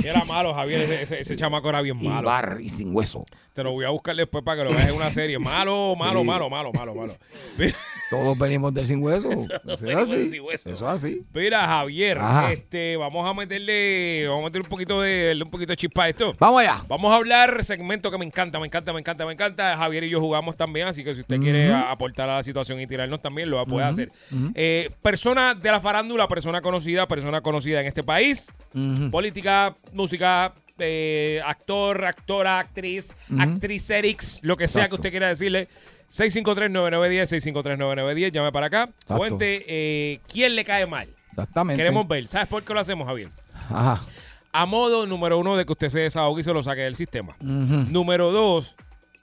Speaker 8: Era malo, Javier, ese, ese- ese chamaco era bien malo.
Speaker 4: Ibar y sin hueso.
Speaker 8: Te lo voy a buscar después para que lo veas en una serie. Malo, malo,
Speaker 4: Sí.
Speaker 8: malo, malo, malo, malo. Mira,
Speaker 4: Todos venimos del sin hueso. Eso es
Speaker 8: venimos del
Speaker 4: así.
Speaker 8: sin hueso.
Speaker 4: Eso es así.
Speaker 8: Mira, Javier,
Speaker 4: Ajá.
Speaker 8: este, vamos a meterle, vamos a meterle un poquito de, un poquito de chispa a esto.
Speaker 4: Vamos allá.
Speaker 8: Vamos a hablar segmento que me encanta, me encanta, me encanta, me encanta. Javier y yo jugamos también, así que si usted quiere a- aportar a la situación y tirarnos también, lo puede hacer. Eh, persona de la farándula, persona conocida, persona conocida en este país.
Speaker 4: Mm.
Speaker 8: Política, música, eh, actor, actora, actriz, actriz Erix, lo que sea que
Speaker 4: Exacto.
Speaker 8: usted quiera decirle. 653-9910, 653-9910, llame para acá.
Speaker 4: Exacto.
Speaker 8: Cuente eh, quién le cae mal.
Speaker 4: Exactamente.
Speaker 8: Queremos ver. ¿Sabes por qué lo hacemos, Javier?
Speaker 4: Ajá.
Speaker 8: A modo número uno de que usted se desahogue y se lo saque del sistema. Número dos,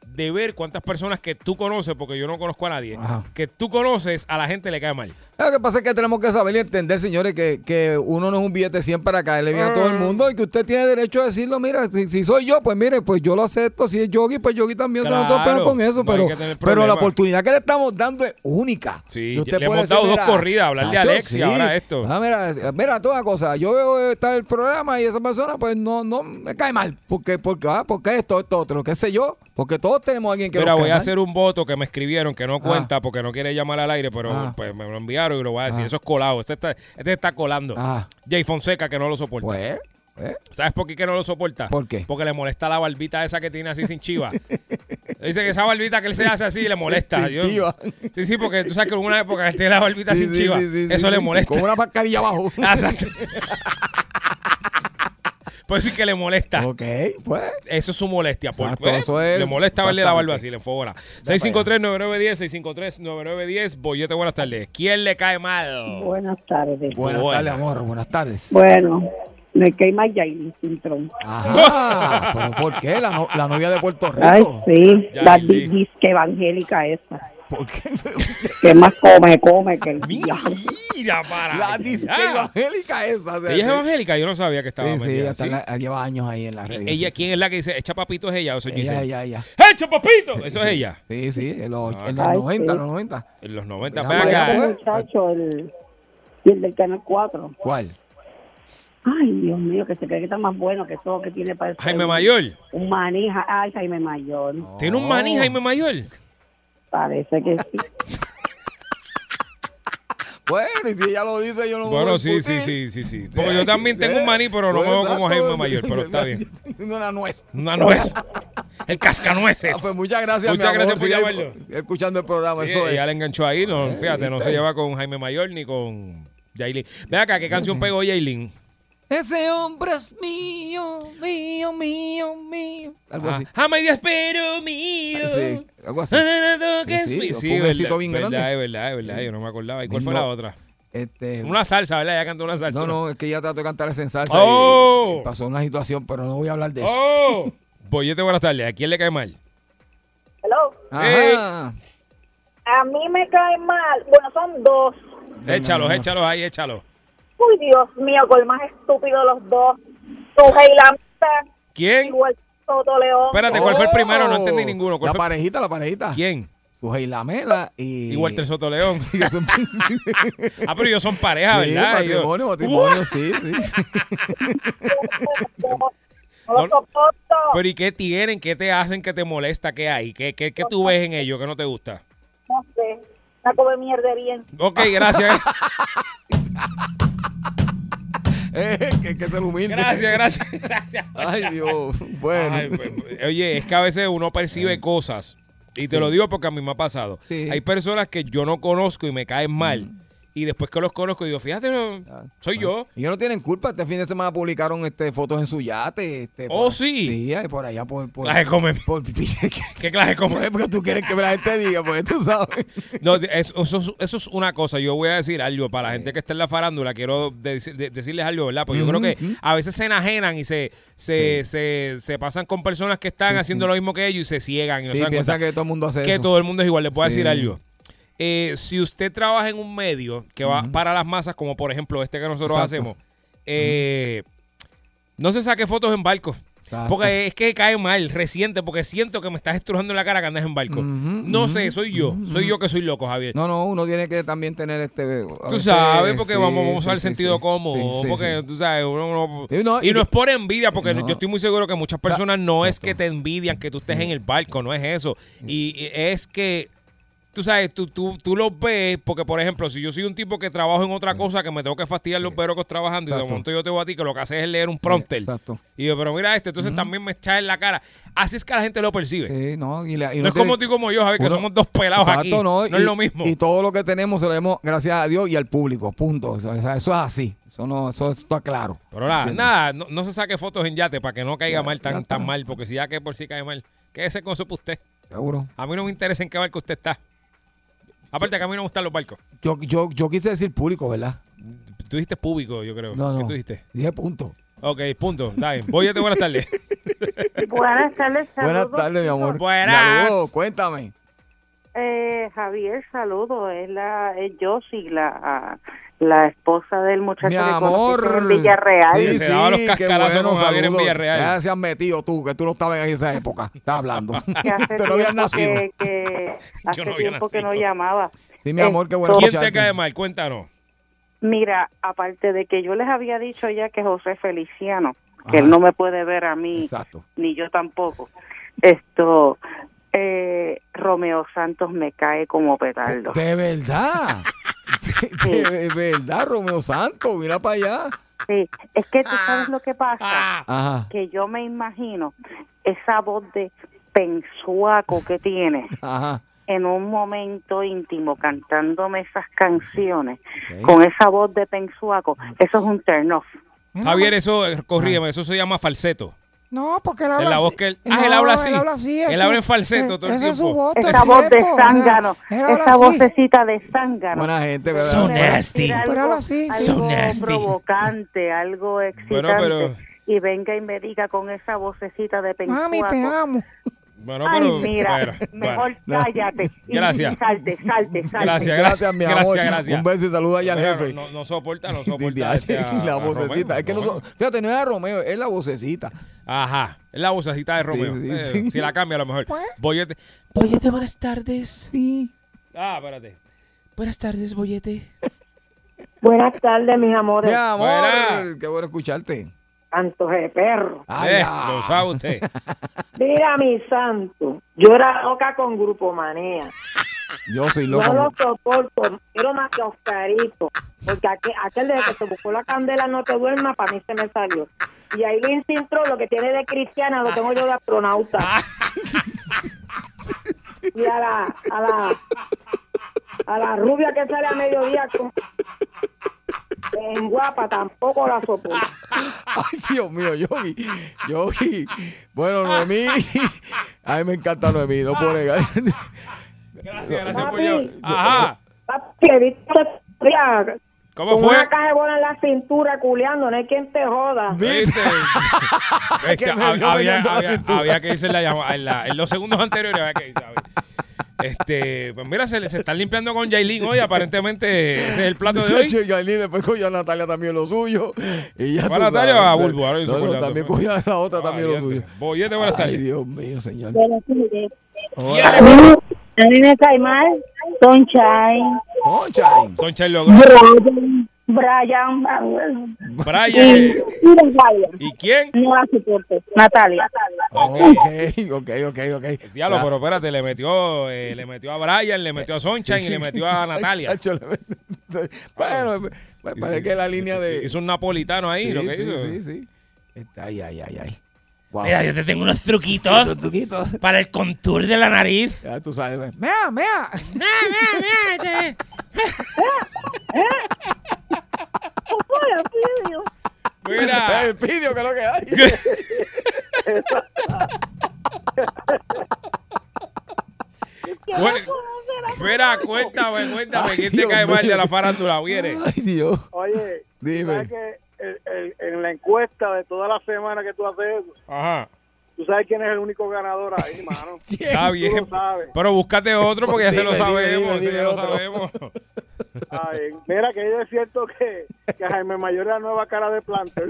Speaker 8: de ver cuántas personas que tú conoces, porque yo no conozco a nadie,
Speaker 4: Ajá.
Speaker 8: que tú conoces, a la gente le cae mal.
Speaker 4: Lo que pasa es que tenemos que saber y entender, señores, que, que uno no es un billete 100 para caerle bien a todo el
Speaker 8: Mm.
Speaker 4: mundo y que usted tiene derecho a decirlo, mira, si, si soy yo, pues mire, pues yo lo acepto, si es Yogi, pues Yogi también, o sea, no tengo
Speaker 8: Claro,
Speaker 4: problema con eso,
Speaker 8: no hay
Speaker 4: pero,
Speaker 8: que tener
Speaker 4: pero la
Speaker 8: problema.
Speaker 4: oportunidad que le estamos dando es única.
Speaker 8: Sí,
Speaker 4: Y
Speaker 8: le
Speaker 4: puede
Speaker 8: hemos dado dos corridas, hablarle a
Speaker 4: "Chacho,
Speaker 8: Alexia, ahora esto".
Speaker 4: Ah, mira, mira, toda cosa, yo veo está el programa y esa persona pues no, no me cae mal, porque, porque, ah, porque esto, esto, otro, qué sé yo, porque todos tenemos a alguien que
Speaker 8: Mira,
Speaker 4: nos
Speaker 8: voy
Speaker 4: cae
Speaker 8: a
Speaker 4: mal.
Speaker 8: hacer un voto que me escribieron que no cuenta porque no quiere llamar al aire, pero
Speaker 4: Ah.
Speaker 8: pues, me lo enviaron y lo voy a decir. Eso es colado. Este está, este está colando.
Speaker 4: Ah.
Speaker 8: Jay Fonseca que no lo soporta.
Speaker 4: Pues, pues,
Speaker 8: ¿Sabes por qué que no lo soporta?
Speaker 4: ¿Por qué?
Speaker 8: Porque le molesta la barbita esa que tiene así sin chiva. Dice que esa barbita que él se hace así le molesta.
Speaker 4: sin
Speaker 8: Yo-
Speaker 4: chiva.
Speaker 8: Sí, sí, porque tú sabes que en una época él tiene la barbita
Speaker 4: sí,
Speaker 8: sin
Speaker 4: sí,
Speaker 8: chiva.
Speaker 4: sí, sí,
Speaker 8: Eso
Speaker 4: sí,
Speaker 8: le
Speaker 4: sí,
Speaker 8: molesta.
Speaker 4: Con una mascarilla abajo.
Speaker 8: Ah, exacto. Por eso es que le molesta.
Speaker 4: Ok, pues.
Speaker 8: Eso es su molestia. Por,
Speaker 4: Exacto,
Speaker 8: eh,
Speaker 4: eso es-
Speaker 8: le molesta verle la barba
Speaker 4: exactamente.
Speaker 8: así, le enfogona. 653-9910, 653-9910. Bollete, buenas tardes. ¿Quién le cae mal?
Speaker 9: Buenas tardes.
Speaker 4: Buenas
Speaker 8: Buena.
Speaker 4: tardes, amor. Buenas tardes.
Speaker 9: Bueno, me quema Jaime Cintrón.
Speaker 4: Ajá. ¿Pero por qué? La, no- la novia de Puerto Rico.
Speaker 9: Ay, sí, la
Speaker 8: Yailin.
Speaker 9: di- disque evangélica esa.
Speaker 4: ¿Por qué?
Speaker 9: Que más come, come que el diablo.
Speaker 8: Mira para.
Speaker 4: la
Speaker 8: allá.
Speaker 4: disque evangélica esa. o sea,
Speaker 8: Ella es evangélica, yo no sabía que estaba
Speaker 4: Sí, sí,
Speaker 8: metida,
Speaker 4: ella está
Speaker 8: ¿sí?
Speaker 4: en la- lleva años ahí en la red.
Speaker 8: ella, ¿quién es la que dice? Echa papito es ella, o eso es
Speaker 4: Ella,
Speaker 8: Giselle?
Speaker 4: ella, ella.
Speaker 8: ¡Echa papito! Eso es ella.
Speaker 4: Sí, sí, en los, en los
Speaker 9: Ay,
Speaker 4: 90,
Speaker 9: sí.
Speaker 4: los 90.
Speaker 8: En los 90.
Speaker 4: Mira
Speaker 8: Ven
Speaker 4: para
Speaker 8: acá.
Speaker 4: allá,
Speaker 9: Ese
Speaker 4: pues.
Speaker 9: Este muchacho, el, y el del Canal 4.
Speaker 4: ¿Cuál?
Speaker 9: Ay, Dios mío, que se cree que está más bueno que todo que tiene para eso.
Speaker 8: Jaime Mayor.
Speaker 9: Un manija. Ay, Jaime Mayor.
Speaker 8: ¿Tiene un maní Jaime Mayor?
Speaker 9: Parece que sí.
Speaker 4: Bueno, y si ella lo dice, yo no voy a
Speaker 8: Bueno, sí, sí,
Speaker 4: discutir.
Speaker 8: sí, sí, sí. Porque yo también tengo un maní, pero no me veo como
Speaker 4: Exacto.
Speaker 8: Jaime Mayor, pero está bien.
Speaker 4: Una nuez.
Speaker 8: Una nuez. El cascanueces.
Speaker 4: Ah, pues muchas gracias,
Speaker 8: Muchas
Speaker 4: mi amor,
Speaker 8: gracias por
Speaker 4: sigue
Speaker 8: llamarlo.
Speaker 4: Escuchando el programa,
Speaker 8: Sí,
Speaker 4: eso eh. es.
Speaker 8: ella le enganchó ahí, no, fíjate, no se lleva con Jaime Mayor ni con Yailin. Ve acá, ¿qué canción pegó Yailin?
Speaker 4: Ese hombre es mío, mío, mío, mío. Algo así.
Speaker 8: Ah, Jamás te espero mío.
Speaker 4: Sí, algo así.
Speaker 8: Todo que
Speaker 4: Sí,
Speaker 8: es mío. Ah.
Speaker 4: sí, fue
Speaker 8: Sí,
Speaker 4: un
Speaker 8: verdad,
Speaker 4: éxito bien
Speaker 8: verdad,
Speaker 4: grande.
Speaker 8: es verdad, es verdad, yo no me acordaba. ¿Y cuál fue
Speaker 4: No.
Speaker 8: la otra?
Speaker 4: Este,
Speaker 8: Una salsa, ¿verdad? Ella cantó una salsa.
Speaker 4: no, no, es que ya trató de cantar esa en salsa.
Speaker 8: ¡Oh!
Speaker 4: y- y pasó una situación, pero no voy a hablar de eso.
Speaker 8: ¡Oh! Bollete, buenas tardes. ¿A quién le cae mal?
Speaker 9: Hello.
Speaker 4: Ajá.
Speaker 9: A mí me cae mal. Bueno, son dos.
Speaker 4: Venga,
Speaker 8: Échalos,
Speaker 4: mi amor.
Speaker 8: échalos ahí, échalos.
Speaker 9: Uy, Dios mío, con el más estúpido de los dos. Tu Heilamita,
Speaker 8: ¿Quién?
Speaker 9: Soto León.
Speaker 8: Espérate, ¿cuál fue el
Speaker 4: ¡Oh!
Speaker 8: primero? No entendí ninguno. ¿Cuál
Speaker 4: La
Speaker 8: fue?
Speaker 4: parejita, la parejita.
Speaker 8: ¿Quién?
Speaker 4: Sujei Lamela y.
Speaker 8: Y Walter Soto León.
Speaker 4: Sí, que son-
Speaker 8: Ah, pero ellos son pareja,
Speaker 4: Sí,
Speaker 8: ¿verdad? Ellos- Uh,
Speaker 4: matrimonio, matrimonio, sí, sí.
Speaker 8: No, Pero ¿y qué tienen? ¿Qué te hacen? ¿Qué te molesta? ¿Qué hay? ¿Qué, qué, qué tú ves en ellos que no te gusta?
Speaker 9: No sé. La come mierda bien.
Speaker 8: Ok, gracias.
Speaker 4: Eh, que, que se lo humilde.
Speaker 8: gracias, gracias, gracias.
Speaker 4: Ay, Dios. Bueno.
Speaker 8: Ay, pues, pues, oye, es que a veces uno percibe cosas. Y te lo digo porque a mí me ha pasado.
Speaker 4: Sí. Mm.
Speaker 8: Hay personas que yo no conozco y me caen mal. Y después que los conozco, digo, fíjate, no,
Speaker 4: Ah,
Speaker 8: soy yo.
Speaker 4: Ellos no tienen culpa. Este fin de semana publicaron este, fotos en su yate. Este,
Speaker 8: Oh,
Speaker 4: por-
Speaker 8: sí.
Speaker 4: Sí, ahí por allá. Por, por,
Speaker 8: La de comer.
Speaker 4: por-
Speaker 8: ¿Qué clase de comer?
Speaker 4: Pues, porque tú quieres que la gente diga, pues tú sabes.
Speaker 8: No, de- eso, eso es- eso es una cosa. Yo voy a decir algo para la gente que está en la farándula. Quiero de- de- decirles algo, ¿verdad? Porque yo creo que a veces se enajenan y se, se, se, se pasan con personas que están haciendo lo mismo que ellos y se ciegan. Y no
Speaker 4: Sí,
Speaker 8: se dan
Speaker 4: piensa
Speaker 8: cuenta
Speaker 4: que todo el mundo hace
Speaker 8: que
Speaker 4: eso.
Speaker 8: todo el mundo es igual. Les voy a
Speaker 4: Sí.
Speaker 8: decir algo. Eh, si usted trabaja en un medio que va para las masas, como por ejemplo este que nosotros
Speaker 4: Exacto.
Speaker 8: hacemos, eh, no se saque fotos en barco.
Speaker 4: Exacto.
Speaker 8: Porque es que cae mal, reciente, porque siento que me estás estrujando en la cara que andas en barco. no sé, soy yo. Soy yo que soy loco, Javier.
Speaker 4: No, no, uno tiene que también tener este.
Speaker 8: Tú sabes, porque vamos, vamos a usar el sentido cómodo, porque tú sabes, uno, uno-
Speaker 4: Y no,
Speaker 8: y
Speaker 4: y
Speaker 8: no
Speaker 4: que-
Speaker 8: es por envidia, porque
Speaker 4: No.
Speaker 8: yo estoy muy seguro que muchas personas no es que te envidian que tú estés en el barco, no es eso.
Speaker 4: Mm.
Speaker 8: Y y es que, tú sabes, tú, tú, tú lo ves, porque por ejemplo, si yo soy un tipo que trabajo en otra cosa, que me tengo que fastidiar los perocos trabajando, y de
Speaker 4: Exacto.
Speaker 8: momento yo te voy a ti, que lo que haces es leer un prompter.
Speaker 4: exacto.
Speaker 8: Y yo, pero mira este, entonces también me echa en la cara. Así es que la gente lo percibe.
Speaker 4: Sí, no, y la- y
Speaker 8: no,
Speaker 4: no
Speaker 8: es como
Speaker 4: tiene-
Speaker 8: tú y como yo, Javier, que
Speaker 4: uno-
Speaker 8: somos dos pelados aquí.
Speaker 4: Exacto,
Speaker 8: No,
Speaker 4: y-
Speaker 8: es lo mismo.
Speaker 4: Y todo lo que tenemos se lo demos gracias a Dios y al público, punto. Eso, eso- eso es así. Eso, no, eso está claro.
Speaker 8: Pero nada,
Speaker 4: ¿Entiendes?
Speaker 8: nada no, no se saque fotos en yate para que no caiga mal
Speaker 4: ya
Speaker 8: tan,
Speaker 4: está.
Speaker 8: tan mal, porque si ya que por si cae mal, quédese con eso para usted.
Speaker 4: Seguro.
Speaker 8: A mí no me interesa en qué barco usted está. Aparte que a mí no me gustan los barcos.
Speaker 4: Yo, yo, yo quise decir público, ¿verdad?
Speaker 8: Tú dijiste público, yo creo.
Speaker 4: No, no.
Speaker 8: ¿Qué tú dijiste?
Speaker 4: Dije punto.
Speaker 8: Ok, punto. Dale, voy a buenas tardes.
Speaker 9: Buenas tardes,
Speaker 4: Buenas
Speaker 9: saludos,
Speaker 4: tardes, mi amor.
Speaker 9: chicos.
Speaker 8: Buenas.
Speaker 4: Saludos, cuéntame.
Speaker 9: Eh, Javier, saludo. Es la es Yossi, la, la esposa del muchacho
Speaker 4: Mi
Speaker 9: que
Speaker 4: amor.
Speaker 9: conociste en Villarreal.
Speaker 4: Sí,
Speaker 8: Que
Speaker 4: sí,
Speaker 8: se daba los
Speaker 4: qué
Speaker 8: cascarazos
Speaker 4: bueno,
Speaker 8: con Javier en
Speaker 4: saludos.
Speaker 8: Villarreal.
Speaker 4: Ya se han metido tú, que tú no estabas en esa época. Estás hablando.
Speaker 9: Que hace
Speaker 4: tú no habías
Speaker 9: tiempo
Speaker 4: nacido.
Speaker 9: que, que
Speaker 8: Yo
Speaker 9: hace
Speaker 8: no había
Speaker 9: tiempo que no
Speaker 8: nacido.
Speaker 9: llamaba.
Speaker 4: Sí, mi amor, qué bueno
Speaker 9: Esto-
Speaker 8: ¿Quién
Speaker 4: escucharte.
Speaker 8: te cae mal? Cuéntanos.
Speaker 9: Mira, aparte de que yo les había dicho ya que José Feliciano, que
Speaker 4: Ajá.
Speaker 9: él no me puede ver a mí,
Speaker 4: Exacto.
Speaker 9: ni yo tampoco. Esto, eh, Romeo Santos me cae como petardo.
Speaker 4: De verdad. De, de verdad, Romeo Santos, mira para allá.
Speaker 9: Sí, es que tú
Speaker 8: Ah.
Speaker 9: sabes lo que pasa.
Speaker 4: Ajá.
Speaker 9: que yo me imagino esa voz de pensuaco que tiene
Speaker 4: Ajá.
Speaker 9: en un momento íntimo cantándome esas canciones
Speaker 4: Ok.
Speaker 9: con esa voz de pensuaco, eso es un turn off.
Speaker 8: Javier, eso, eh, corrígeme, eso se llama falseto.
Speaker 3: No, porque él habla
Speaker 8: En la
Speaker 3: así.
Speaker 8: voz que él... Ah, él
Speaker 3: No,
Speaker 8: habla así.
Speaker 3: Él habla así.
Speaker 8: Él
Speaker 3: eso-
Speaker 8: habla en falseto todo el
Speaker 3: Esa es su
Speaker 8: tiempo.
Speaker 3: voz. todo
Speaker 9: Esa
Speaker 3: el
Speaker 9: voz de
Speaker 3: tiempo, o sea,
Speaker 9: zángano,
Speaker 3: él habla
Speaker 9: esa
Speaker 3: así.
Speaker 9: vocecita de zángano.
Speaker 4: Buena gente, ¿verdad?
Speaker 8: So
Speaker 9: Pero
Speaker 8: nasty.
Speaker 9: decir
Speaker 3: Pero
Speaker 9: algo,
Speaker 3: habla así.
Speaker 9: algo
Speaker 8: So nasty.
Speaker 9: provocante, algo excitante.
Speaker 8: Bueno, pero-
Speaker 9: Y venga y me diga con esa vocecita de pensuaco.
Speaker 3: Mami, te amo.
Speaker 8: Bueno,
Speaker 9: Ay,
Speaker 8: pero...
Speaker 9: mira,
Speaker 8: pero-
Speaker 9: mejor
Speaker 4: bueno.
Speaker 9: cállate. y-
Speaker 8: Gracias.
Speaker 9: y salte, salte, salte.
Speaker 8: Gracias,
Speaker 4: Gracias, mi amor.
Speaker 8: Gracias, gracias.
Speaker 4: Un beso y saluda allá al
Speaker 8: Pero
Speaker 4: jefe.
Speaker 8: No, no soporta, no
Speaker 4: Di- di-
Speaker 8: soporta.
Speaker 4: así,
Speaker 8: este, a-
Speaker 4: la
Speaker 8: a Romeo,
Speaker 4: vocecita. es que no
Speaker 8: Romeo.
Speaker 4: son- fíjate, no es a Romeo, es la vocecita.
Speaker 8: Ajá, es la vocecita de
Speaker 4: Sí,
Speaker 8: Romeo.
Speaker 4: sí,
Speaker 8: Eh,
Speaker 4: sí.
Speaker 8: Si la cambia, a lo mejor. Bollete.
Speaker 2: Bollete, buenas tardes.
Speaker 4: Sí.
Speaker 8: Ah, espérate.
Speaker 2: Buenas tardes, Bollete.
Speaker 9: Buenas tardes, mis
Speaker 4: Mi
Speaker 9: amores.
Speaker 4: amor,
Speaker 8: Fuera.
Speaker 4: qué bueno escucharte.
Speaker 9: Santos de perro.
Speaker 4: Ay,
Speaker 8: Eh,
Speaker 4: ya.
Speaker 8: Lo sabe usted.
Speaker 9: Mira, mi santo. Yo era loca con Grupo Manía.
Speaker 4: Yo soy
Speaker 9: No lo
Speaker 4: loco.
Speaker 9: soporto. Quiero más que Oscarito. Porque aquel, aquel desde que se buscó la candela no te duerma, para mí se me salió. Y ahí le Cintro, lo que tiene de cristiana, lo tengo yo de astronauta. Y a la, a la, a la rubia que sale a mediodía con- en guapa tampoco la soporto.
Speaker 4: Ay, Dios mío, Yogi. Yogi. Bueno, Noemí. A mí me encanta Noemí, no puedo negar.
Speaker 8: Gracias, gracias por
Speaker 9: Papi.
Speaker 8: llevar. Ajá.
Speaker 9: Papi, he visto tía,
Speaker 8: ¿Cómo
Speaker 9: con
Speaker 8: fue?
Speaker 9: una caja de bola en la cintura culeando, no hay quien te joda.
Speaker 8: ¿Viste? Es que
Speaker 4: Que me vio
Speaker 8: hab- había,
Speaker 4: bailando la
Speaker 8: había-
Speaker 4: cintura.
Speaker 8: había que irse en, la llama- en la- en los segundos anteriores. Había que irse, a ver. Este, pues mira, se, le- se están limpiando con Jailin hoy. Aparentemente, ese es el plato de hoy.
Speaker 4: Sacho y Aileen, después cogió a Natalia también lo suyo. Y ya
Speaker 8: Fue Natalia o a Bulbo, ahora yo
Speaker 4: No,
Speaker 8: soy
Speaker 4: no,
Speaker 8: colgando.
Speaker 4: también cogió a la otra también lo
Speaker 8: Ah,
Speaker 4: suyo.
Speaker 8: diante. Bollete, buenas
Speaker 4: Ay,
Speaker 8: tardes.
Speaker 4: Dios mío, señor.
Speaker 8: Hola.
Speaker 9: A mí me cae mal Sunshine,
Speaker 4: Sunshine.
Speaker 8: Son Charlo.
Speaker 9: Brian, Eh,
Speaker 8: Brian.
Speaker 9: Natalia.
Speaker 8: ¿Y quién?
Speaker 9: No la soporto. Natalia.
Speaker 4: Ok, ok, ok, ok.
Speaker 8: Diablo,
Speaker 4: O sea,
Speaker 8: pero espérate, le metió, eh, le metió a Brian, le metió a Sunshine y le metió a Natalia.
Speaker 4: Sacho, le- bueno, me- me parece que la línea de.
Speaker 8: Hizo un napolitano ahí,
Speaker 4: Sí,
Speaker 8: lo que
Speaker 4: sí,
Speaker 8: hizo.
Speaker 4: sí, sí. Está- Ay, ay, ay, ay. Wow.
Speaker 2: Mira, yo te tengo unos truquitos
Speaker 4: Tutuquito.
Speaker 2: para el contour de la nariz.
Speaker 4: Ya tú sabes. pues. ve.
Speaker 3: Mea, mea.
Speaker 8: Mira,
Speaker 4: El pidio que es lo que hay.
Speaker 8: cu- mira, cuéntame, cuéntame,
Speaker 4: Ay,
Speaker 8: ¿quién te
Speaker 4: Dios
Speaker 8: cae mal de
Speaker 4: mío.
Speaker 8: la farándula? Viene.
Speaker 4: Ay, Dios.
Speaker 10: Oye,
Speaker 4: Dime.
Speaker 10: ¿sabes que el- el- en la encuesta de toda la semana que tú haces eso,
Speaker 8: Ajá.
Speaker 10: tú sabes quién es el único ganador ahí, mano.
Speaker 8: Está bien.
Speaker 10: lo sabes.
Speaker 8: Pero búscate otro porque ya se lo
Speaker 4: Dime, dime,
Speaker 8: sabemos.
Speaker 4: dime,
Speaker 8: ya
Speaker 4: dime
Speaker 8: lo
Speaker 4: otro.
Speaker 8: sabemos.
Speaker 10: Ay, mira que es cierto que, que Jaime Mayor es la nueva cara de Planter.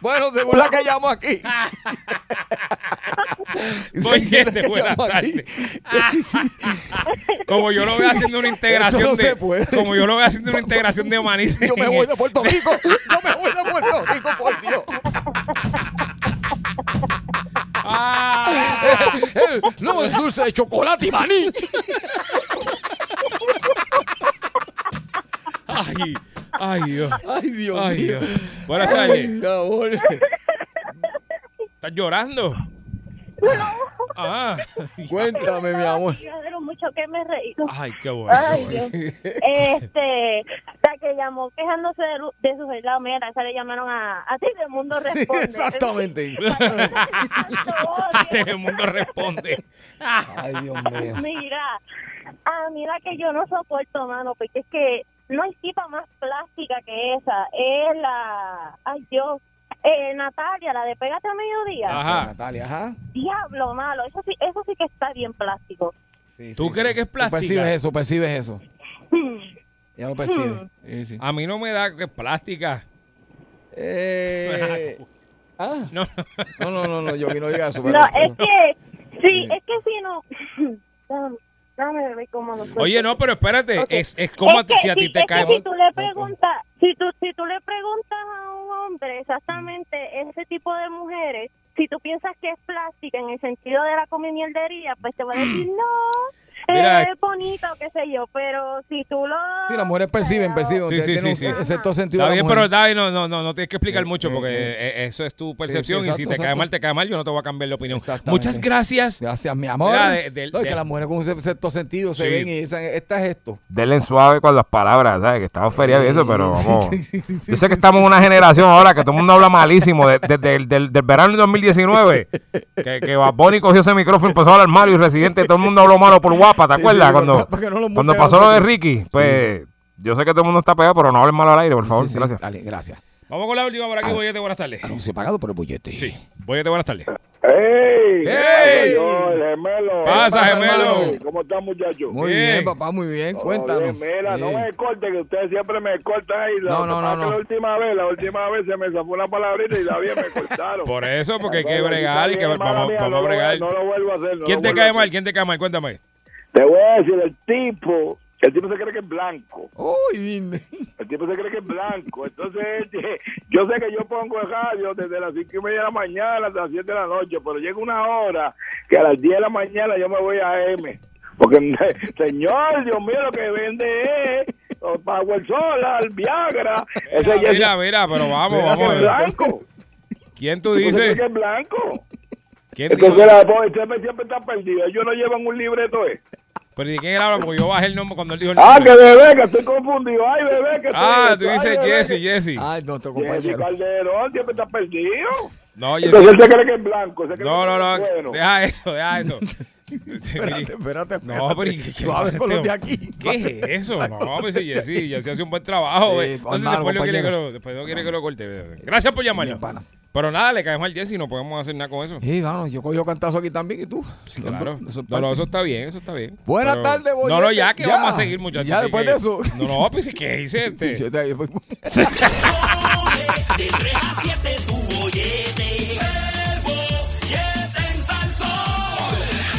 Speaker 4: Bueno, según la que llamo aquí.
Speaker 8: Bollete,
Speaker 4: Según la
Speaker 8: buenas
Speaker 4: que llamo aquí. Sí, sí.
Speaker 8: Como yo lo veo haciendo una integración
Speaker 4: Eso no
Speaker 8: de.
Speaker 4: se puede.
Speaker 8: Como yo lo veo haciendo una integración de maní.
Speaker 4: Yo me voy de Puerto Rico. Yo me voy de Puerto Rico, por Dios.
Speaker 8: Ah,
Speaker 4: Eh, No, es dulce de chocolate y maní.
Speaker 8: ay, ay, Dios.
Speaker 4: Ay, Dios
Speaker 8: Ay,
Speaker 4: mío.
Speaker 8: Dios. Buenas tardes.
Speaker 4: Por favor.
Speaker 8: ¿Estás llorando? Ah,
Speaker 4: Cuéntame, mi amor.
Speaker 11: Lloraron mucho que me reí.
Speaker 8: ay, qué bueno.
Speaker 11: Ay, Dios. Este, la que llamó quejándose de, Lu- de su helado, mira, esa le llamaron a, a ti del mundo
Speaker 4: Sí,
Speaker 11: responde.
Speaker 4: exactamente.
Speaker 8: A Telemundo Este responde.
Speaker 4: Ay, Dios mío.
Speaker 11: Mira, a mí la que yo no soporto, mano, porque es que no hay tipa más plástica que esa. Es la, ay Dios, eh, Natalia, la de Pégate a
Speaker 4: Ah.
Speaker 11: Mediodía.
Speaker 8: Ajá.
Speaker 4: Natalia, ajá.
Speaker 11: Diablo malo, eso sí, eso sí que está bien plástico.
Speaker 4: Sí,
Speaker 8: ¿Tú
Speaker 4: sí,
Speaker 8: crees
Speaker 4: sí.
Speaker 8: que es
Speaker 4: Tú
Speaker 8: plástica?
Speaker 4: Percibes eso, percibes eso.
Speaker 11: Hmm.
Speaker 4: Ya lo percibes. Sí, sí.
Speaker 8: A mí no me da que es plástica.
Speaker 4: Eh, ah,
Speaker 8: No,
Speaker 4: no, no, no, no, yo vi no diga eso.
Speaker 11: No, es que, sí,
Speaker 4: Sí.
Speaker 11: es que si no, dame, dame ver cómo lo
Speaker 8: Oye, no, pero espérate.
Speaker 11: Ok.
Speaker 8: Es, es como
Speaker 11: Es
Speaker 8: a ti-
Speaker 11: que
Speaker 8: si a ti
Speaker 11: si-
Speaker 8: te
Speaker 11: es que
Speaker 8: cae.
Speaker 11: Si tú le
Speaker 4: Exacto.
Speaker 11: preguntas, si tú, si tú le preguntas a un hombre exactamente ese tipo de mujeres, si tú piensas que es plástica en el sentido de la comimierdería, pues te va a decir no,
Speaker 8: Mm. Mira.
Speaker 11: es bonita o qué sé yo, pero si tú lo...
Speaker 4: Sí, las mujeres perciben, perciben.
Speaker 8: Sí,
Speaker 4: ustedes
Speaker 8: sí,
Speaker 4: tienen
Speaker 8: sí,
Speaker 4: un-
Speaker 8: sí.
Speaker 4: Excepto sentido
Speaker 8: Está
Speaker 4: de la
Speaker 8: bien,
Speaker 4: mujer.
Speaker 8: pero David, no, no, no, no tienes que explicar
Speaker 4: Sí,
Speaker 8: mucho
Speaker 4: sí,
Speaker 8: porque
Speaker 4: sí.
Speaker 8: eh, eso es tu percepción y
Speaker 4: exacto,
Speaker 8: si te cae
Speaker 4: exacto.
Speaker 8: mal, te cae mal, yo no te voy a cambiar la opinión.
Speaker 4: Exactamente.
Speaker 8: Muchas gracias.
Speaker 4: Gracias, mi amor.
Speaker 8: Mira, de- del-
Speaker 4: No, es que
Speaker 8: del-
Speaker 4: las mujeres con un cierto sentido se
Speaker 8: Sí.
Speaker 4: ven y dicen, esta es esto.
Speaker 12: Denle suave con las palabras, ¿sabes? Que estamos feriados y eso, pero vamos. Yo sé que estamos en una generación ahora que todo el mundo habla malísimo de- de- del- del, del verano del 2019. Que, que Bad Bunny cogió ese micrófono y empezó a hablar malo y residente, todo el mundo habló malo por guapa, ¿te
Speaker 4: Sí,
Speaker 12: acuerdas?
Speaker 4: sí,
Speaker 12: cuando
Speaker 4: para- para que no lo muten
Speaker 12: cuando
Speaker 4: a
Speaker 12: pasó lo de
Speaker 4: nosotros.
Speaker 12: Ricky, pues yo sé que todo el mundo está pegado, pero no hablen malo al aire, por favor.
Speaker 4: Sí, sí,
Speaker 12: Gracias.
Speaker 4: Dale, gracias.
Speaker 8: Vamos con la última por aquí,
Speaker 3: Ah.
Speaker 8: Boyete, buenas tardes.
Speaker 4: Anuncio pagado por el bollete.
Speaker 8: Sí, Boyete, buenas tardes.
Speaker 10: ¡Ey!
Speaker 4: ¡Ey!
Speaker 10: Yo, el gemelo.
Speaker 8: Pasa,
Speaker 4: pasa,
Speaker 8: gemelo.
Speaker 4: hermano?
Speaker 10: ¿Cómo están, muchachos?
Speaker 4: Muy
Speaker 8: Bien.
Speaker 4: bien. papá, muy bien.
Speaker 10: Todo
Speaker 4: Cuéntanos.
Speaker 10: bien, mira, no
Speaker 4: Sí.
Speaker 10: me corten, que ustedes siempre me cortan ahí. La,
Speaker 4: No, no, no,
Speaker 10: ah, que
Speaker 4: no.
Speaker 10: La última vez, la última vez se me zafó una palabrita y la bien me cortaron.
Speaker 8: Por eso, porque hay que
Speaker 10: Bueno,
Speaker 8: bregar y
Speaker 10: está
Speaker 8: que
Speaker 10: bien, mala
Speaker 8: vamos,
Speaker 10: mía,
Speaker 8: vamos
Speaker 10: no
Speaker 8: a
Speaker 10: lo voy
Speaker 8: bregar.
Speaker 10: No lo vuelvo a hacer. no
Speaker 8: ¿Quién
Speaker 10: lo vuelvo
Speaker 8: te
Speaker 10: a
Speaker 8: cae
Speaker 10: hacer.
Speaker 8: mal? ¿Quién te cae mal? Cuéntame.
Speaker 10: Te voy a decir, el tipo, el tipo se cree que es blanco.
Speaker 4: Uy, bien.
Speaker 10: El tipo se cree que es blanco. Entonces, yo sé que yo pongo el radio desde las cinco y media de la mañana hasta las 7 de la noche, pero llega una hora que a las 10 de la mañana yo me voy a M. Porque, señor, Dios mío, lo que vende es los Power Solar, Viagra. Ese ya es
Speaker 8: Mira, mira, pero vamos,
Speaker 10: que es
Speaker 8: vamos.
Speaker 10: blanco.
Speaker 8: ¿Quién tú
Speaker 10: Entonces,
Speaker 8: dices?
Speaker 10: que es blanco.
Speaker 8: ¿Quién dijo?
Speaker 10: Entonces, la voz siempre, siempre está perdida. Ellos no llevan un libreto, ¿eh?
Speaker 8: Pero ¿de quién él habla? Porque yo bajé el nombre cuando él dijo el
Speaker 10: Ah,
Speaker 8: nombre.
Speaker 10: que bebé, que estoy confundido. Ay, bebé, que
Speaker 8: Ah, tú
Speaker 10: estoy- ay,
Speaker 8: dices
Speaker 10: bebé,
Speaker 8: Jesse,
Speaker 10: que-
Speaker 8: Jesse.
Speaker 4: Ay, nuestro
Speaker 10: Jesse
Speaker 4: compañero.
Speaker 10: Calderón siempre está perdido.
Speaker 8: No,
Speaker 10: Entonces
Speaker 8: Jesse.
Speaker 10: él se cree que es blanco. Se cree
Speaker 8: No,
Speaker 10: que
Speaker 8: no,
Speaker 10: es
Speaker 8: no.
Speaker 10: bueno.
Speaker 8: Deja eso, deja eso.
Speaker 4: Espérate, espérate, espérate.
Speaker 8: No, pero ¿y qué- qué
Speaker 4: Suave
Speaker 8: pasa
Speaker 4: con los
Speaker 8: este
Speaker 4: de
Speaker 8: hombre?
Speaker 4: aquí.
Speaker 8: ¿Qué es eso? No, pues sí, Jessy, Jessy hace un buen trabajo.
Speaker 4: Sí,
Speaker 8: güey.
Speaker 4: con
Speaker 8: Entonces
Speaker 4: nada,
Speaker 8: después, no quiere que
Speaker 4: compañero.
Speaker 8: lo, después no quiere que lo corte. Gracias por llamarnos.
Speaker 4: Mi pana.
Speaker 8: Pero nada, le caemos al Jessy, no podemos hacer nada con eso.
Speaker 4: Sí, vamos, yo cojo cantazo aquí también y tú.
Speaker 8: Sí, claro.
Speaker 4: Eso es
Speaker 8: No, no,
Speaker 4: parte.
Speaker 8: eso está bien, eso está bien.
Speaker 4: Buenas
Speaker 8: Pero-
Speaker 4: tardes,
Speaker 8: No, no,
Speaker 4: Bollete.
Speaker 8: ya que
Speaker 4: Ya.
Speaker 8: vamos a seguir, muchachos.
Speaker 4: Ya
Speaker 8: así
Speaker 4: después
Speaker 8: que-
Speaker 4: de eso.
Speaker 8: No, no, pues ¿qué hice este?
Speaker 4: Yo te-
Speaker 3: De 3 a 7 tu bollete. El bollete en salsón.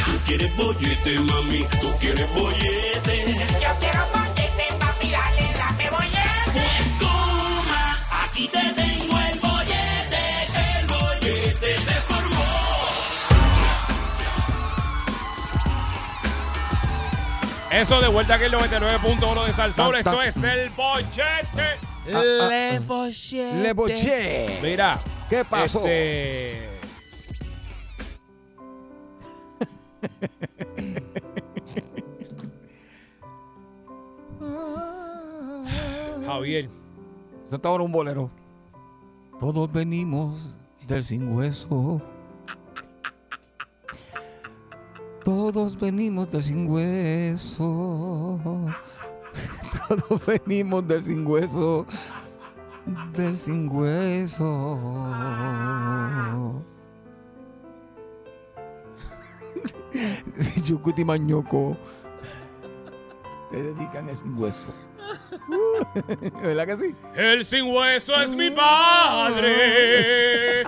Speaker 3: Tú quieres bollete, mami. Tú quieres bollete. Yo quiero bollete, papi. Dale, dame bollete. Pues toma, aquí te tengo el bollete. El bollete se formó.
Speaker 8: Eso de vuelta aquí el 99.1 de Salsón.
Speaker 4: Tan,
Speaker 8: Esto
Speaker 4: tan.
Speaker 8: es el bollete.
Speaker 4: ah,
Speaker 8: Le bollete.
Speaker 4: Le boché.
Speaker 8: Mira.
Speaker 4: ¿Qué pasó?
Speaker 8: Este... Javier.
Speaker 4: Eso está ahora un bolero. Todos venimos del sin hueso. Todos venimos del sin hueso. Todos venimos del sin hueso. Del sin hueso. Yucuti Mañoco te dedican el sin hueso. ¿Verdad que sí?
Speaker 8: El sin hueso es mi padre.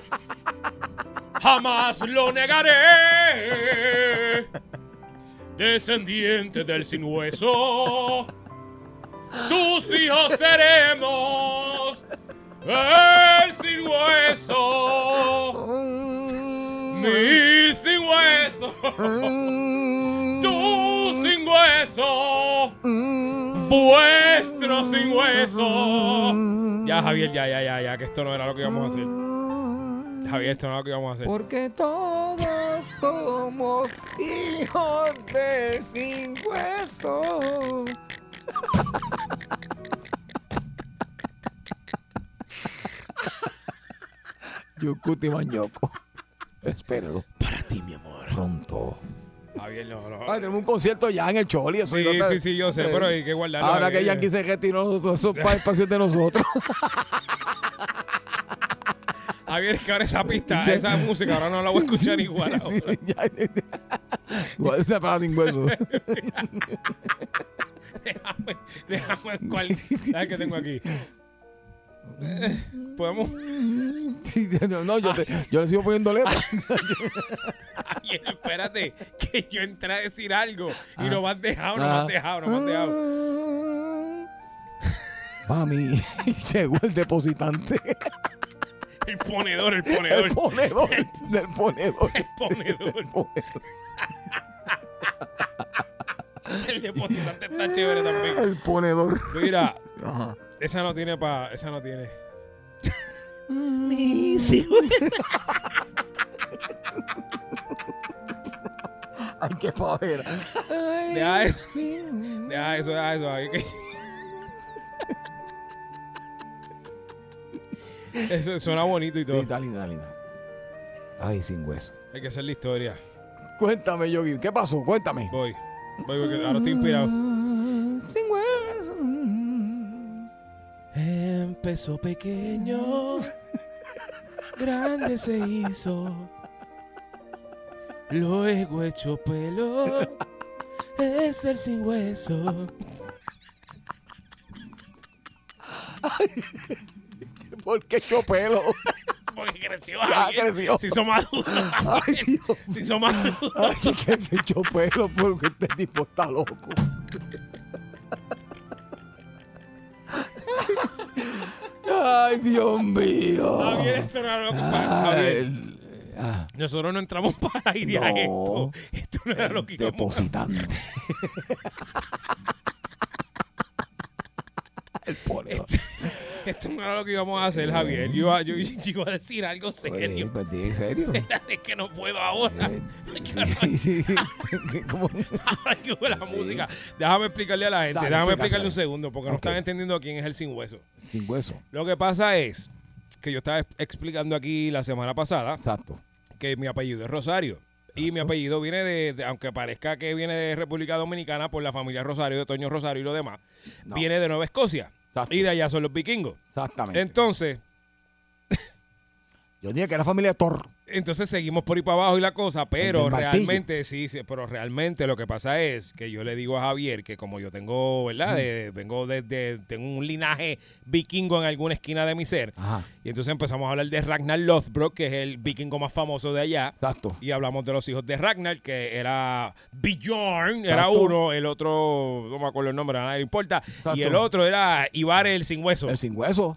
Speaker 8: Jamás lo negaré. Descendiente del sin hueso. Tus hijos seremos. El sin hueso. Mi sin hueso. Tú sin hueso. Vuestro sin hueso. Ya, Javier, ya, ya, ya, ya, que esto no era lo que íbamos a hacer. Javier, esto no era lo que íbamos a hacer.
Speaker 4: Porque todos somos hijos del sin hueso. Yucuti Mañoco. Espéralo. Para ti, mi amor. Pronto.
Speaker 8: Javier, no, no.
Speaker 4: Ay, tenemos un concierto ya en el Choli. Eso
Speaker 8: Sí,
Speaker 4: no te-
Speaker 8: sí, sí, yo sé, pero hay que guardarlo,
Speaker 4: Ahora
Speaker 8: hay
Speaker 4: que
Speaker 8: que-
Speaker 4: Yankee se retiró, eso eso es para espacios de nosotros.
Speaker 8: Javier, es que ahora esa pista, esa música, ahora no la voy a escuchar igual.
Speaker 4: Sí, sí, ya, ya. Igual se para sin hueso.
Speaker 8: Déjame, déjame, cuál, ¿sabes qué tengo aquí? Eh, Podemos.
Speaker 4: Sí, no, no, yo, te- yo le sigo poniendo letras.
Speaker 8: Javier, espérate, que yo entré a decir algo y
Speaker 4: Ah.
Speaker 8: no me has dejado, no me
Speaker 4: Ah.
Speaker 8: has dejado, no me has dejado.
Speaker 4: Mami, llegó el depositante.
Speaker 8: El ponedor, el ponedor.
Speaker 4: Ah. El ponedor. Del ponedor.
Speaker 8: El ponedor. El depositante está chévere también.
Speaker 4: El ponedor.
Speaker 8: Mira,
Speaker 4: Ajá.
Speaker 8: esa no tiene pa. Esa no tiene.
Speaker 4: Ay, qué pavera.
Speaker 8: Deja eso. Deja eso, deja eso. Javier, que- Eso suena bonito y todo.
Speaker 4: Sí, está linda, está linda. Ay, sin hueso.
Speaker 8: Hay que hacer la historia.
Speaker 4: Cuéntame, Yogi. ¿Qué pasó? Cuéntame.
Speaker 8: Voy. Voy porque ahora estoy inspirado.
Speaker 4: Sin hueso.
Speaker 8: Empezó pequeño, grande se hizo, luego hecho pelo, es el sin hueso.
Speaker 4: ¿Por qué echó pelo?
Speaker 8: Porque creció.
Speaker 4: Ya
Speaker 8: Javier.
Speaker 4: creció.
Speaker 8: Se hizo maduro.
Speaker 4: Ay, Dios.
Speaker 8: Se hizo maduro.
Speaker 4: Ay, que que echó pelo porque este tipo está loco. Ay, Dios mío.
Speaker 8: Javier, esto no era lo que pa- Javier,
Speaker 4: Ay,
Speaker 8: Nosotros no entramos para ir a
Speaker 4: No.
Speaker 8: esto. Esto no era lo que íbamos a-
Speaker 4: depositante. El pobre.
Speaker 8: Esto no era lo que íbamos a hacer, Javier. Yo, iba- yo- yo iba a decir algo serio.
Speaker 4: pues, ¿En serio? Eh,
Speaker 8: Es que no puedo ahora. Yo no-
Speaker 4: Sí, sí. ¿Cómo?
Speaker 8: Ahora que hubo la música. Déjame explicarle a la gente.
Speaker 4: Dale,
Speaker 8: Déjame
Speaker 4: explica,
Speaker 8: explicarle un
Speaker 4: dale.
Speaker 8: segundo porque no
Speaker 4: Ok.
Speaker 8: están entendiendo quién es el sin hueso.
Speaker 4: Sin hueso.
Speaker 8: Lo que pasa es que yo estaba explicando aquí la semana pasada
Speaker 4: Exacto.
Speaker 8: que mi apellido es Rosario. Y mi apellido viene de, de- aunque parezca que viene de República Dominicana por la familia Rosario, de Toño Rosario y lo demás,
Speaker 4: No.
Speaker 8: viene de Nueva Escocia.
Speaker 4: Exacto.
Speaker 8: Y de allá son los vikingos.
Speaker 4: Exactamente.
Speaker 8: Entonces,
Speaker 4: Yo dije que era familia de Thor.
Speaker 8: entonces seguimos por ahí para abajo y la cosa, pero
Speaker 4: del martillo.
Speaker 8: realmente, sí, sí, pero realmente lo que pasa es que yo le digo a Javier que como yo tengo, ¿verdad? De- vengo desde, tengo un linaje vikingo en alguna esquina de mi ser.
Speaker 4: Ajá.
Speaker 8: Y entonces empezamos a hablar de Ragnar Lothbrok, que es el vikingo más famoso de allá.
Speaker 4: Exacto.
Speaker 8: Y hablamos de los hijos de Ragnar, que era Bjorn, era
Speaker 4: Exacto.
Speaker 8: uno, el otro, no me acuerdo el nombre, a nadie le importa. Y
Speaker 4: Exacto.
Speaker 8: el otro era Ibar el sin hueso.
Speaker 4: El sin hueso.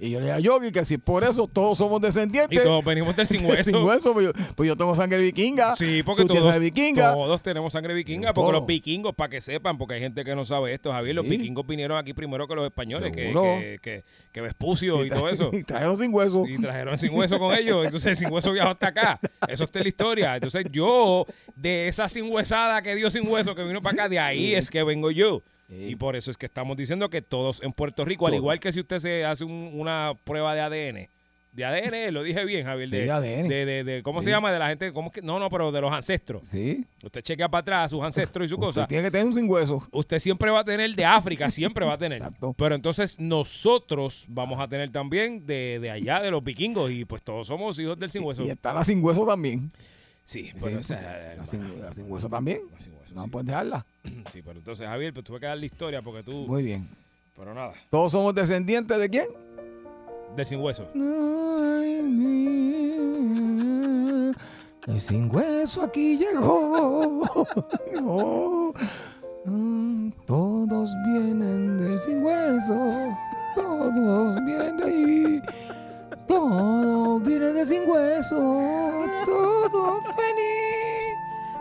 Speaker 4: Y yo le dije a Yogi que si por eso todos somos descendientes.
Speaker 8: Y todos venimos del sin
Speaker 4: Sin
Speaker 8: hueso.
Speaker 4: hueso. pues, yo, pues yo tengo sangre vikinga.
Speaker 8: Sí, porque
Speaker 4: tú tienes
Speaker 8: todos,
Speaker 4: sangre vikinga.
Speaker 8: todos tenemos sangre vikinga,
Speaker 4: Todos.
Speaker 8: porque los vikingos, para que sepan, porque hay gente que no sabe esto, Javier, los
Speaker 4: Sí.
Speaker 8: vikingos vinieron aquí primero que los españoles, que,
Speaker 4: Seguro.
Speaker 8: que, que, que Vespucio y,
Speaker 4: tra-
Speaker 8: todo eso.
Speaker 4: Y trajeron sin hueso.
Speaker 8: Y trajeron sin hueso con ellos, entonces el sin hueso viajó hasta acá. Eso está en la historia. Entonces yo, de esa sin huesada que dio sin hueso que vino para acá, de ahí es que vengo yo. Y por eso es que estamos diciendo que todos en Puerto Rico, al
Speaker 4: Todos.
Speaker 8: igual que si usted se hace un- una prueba de ADN, de ADN, lo dije bien, Javier, de,
Speaker 4: Sí, ADN.
Speaker 8: de- de- de- ¿cómo se
Speaker 4: Sí.
Speaker 8: llama? De la gente, ¿cómo es que? No, no, pero de los ancestros.
Speaker 4: Sí.
Speaker 8: Usted chequea para atrás a sus ancestros y su cosa.
Speaker 4: Tiene que tener un sin hueso.
Speaker 8: Usted siempre va a tener de África, siempre va a tener.
Speaker 4: Exacto.
Speaker 8: Pero entonces nosotros vamos a tener también de, de allá, de los vikingos, y pues todos somos hijos del sin hueso.
Speaker 4: Y está la sin hueso también.
Speaker 8: Sí,
Speaker 4: Sí,
Speaker 8: pero, esa-
Speaker 4: la, sin, la sin hueso también.
Speaker 8: sin hueso,
Speaker 4: No
Speaker 8: sí.
Speaker 4: pueden dejarla.
Speaker 8: pues sí, pero entonces Javier, pues tuve que dar la historia porque tú...
Speaker 4: Muy bien.
Speaker 8: Pero nada.
Speaker 4: ¿Todos somos descendientes de quién?
Speaker 8: De sin hueso.
Speaker 4: El sin hueso aquí llegó. No. Mm, Todos vienen del sin hueso. Todos vienen de ahí. Todos vienen del sin hueso. Todo feliz.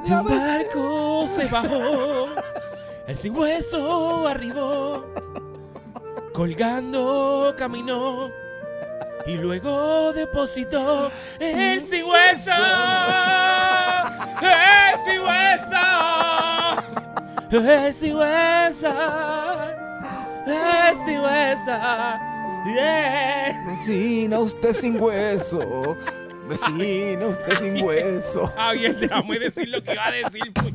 Speaker 8: Tu barco se bajó. El sin hueso arribó. Colgando caminó. Y luego depositó el sin hueso. El sin hueso. El sin hueso. El sin hueso. Yeah.
Speaker 4: Vecina, usted sin hueso. Vecina, usted sin hueso.
Speaker 8: Javier, Ah, déjame decir lo que iba a decir. pu-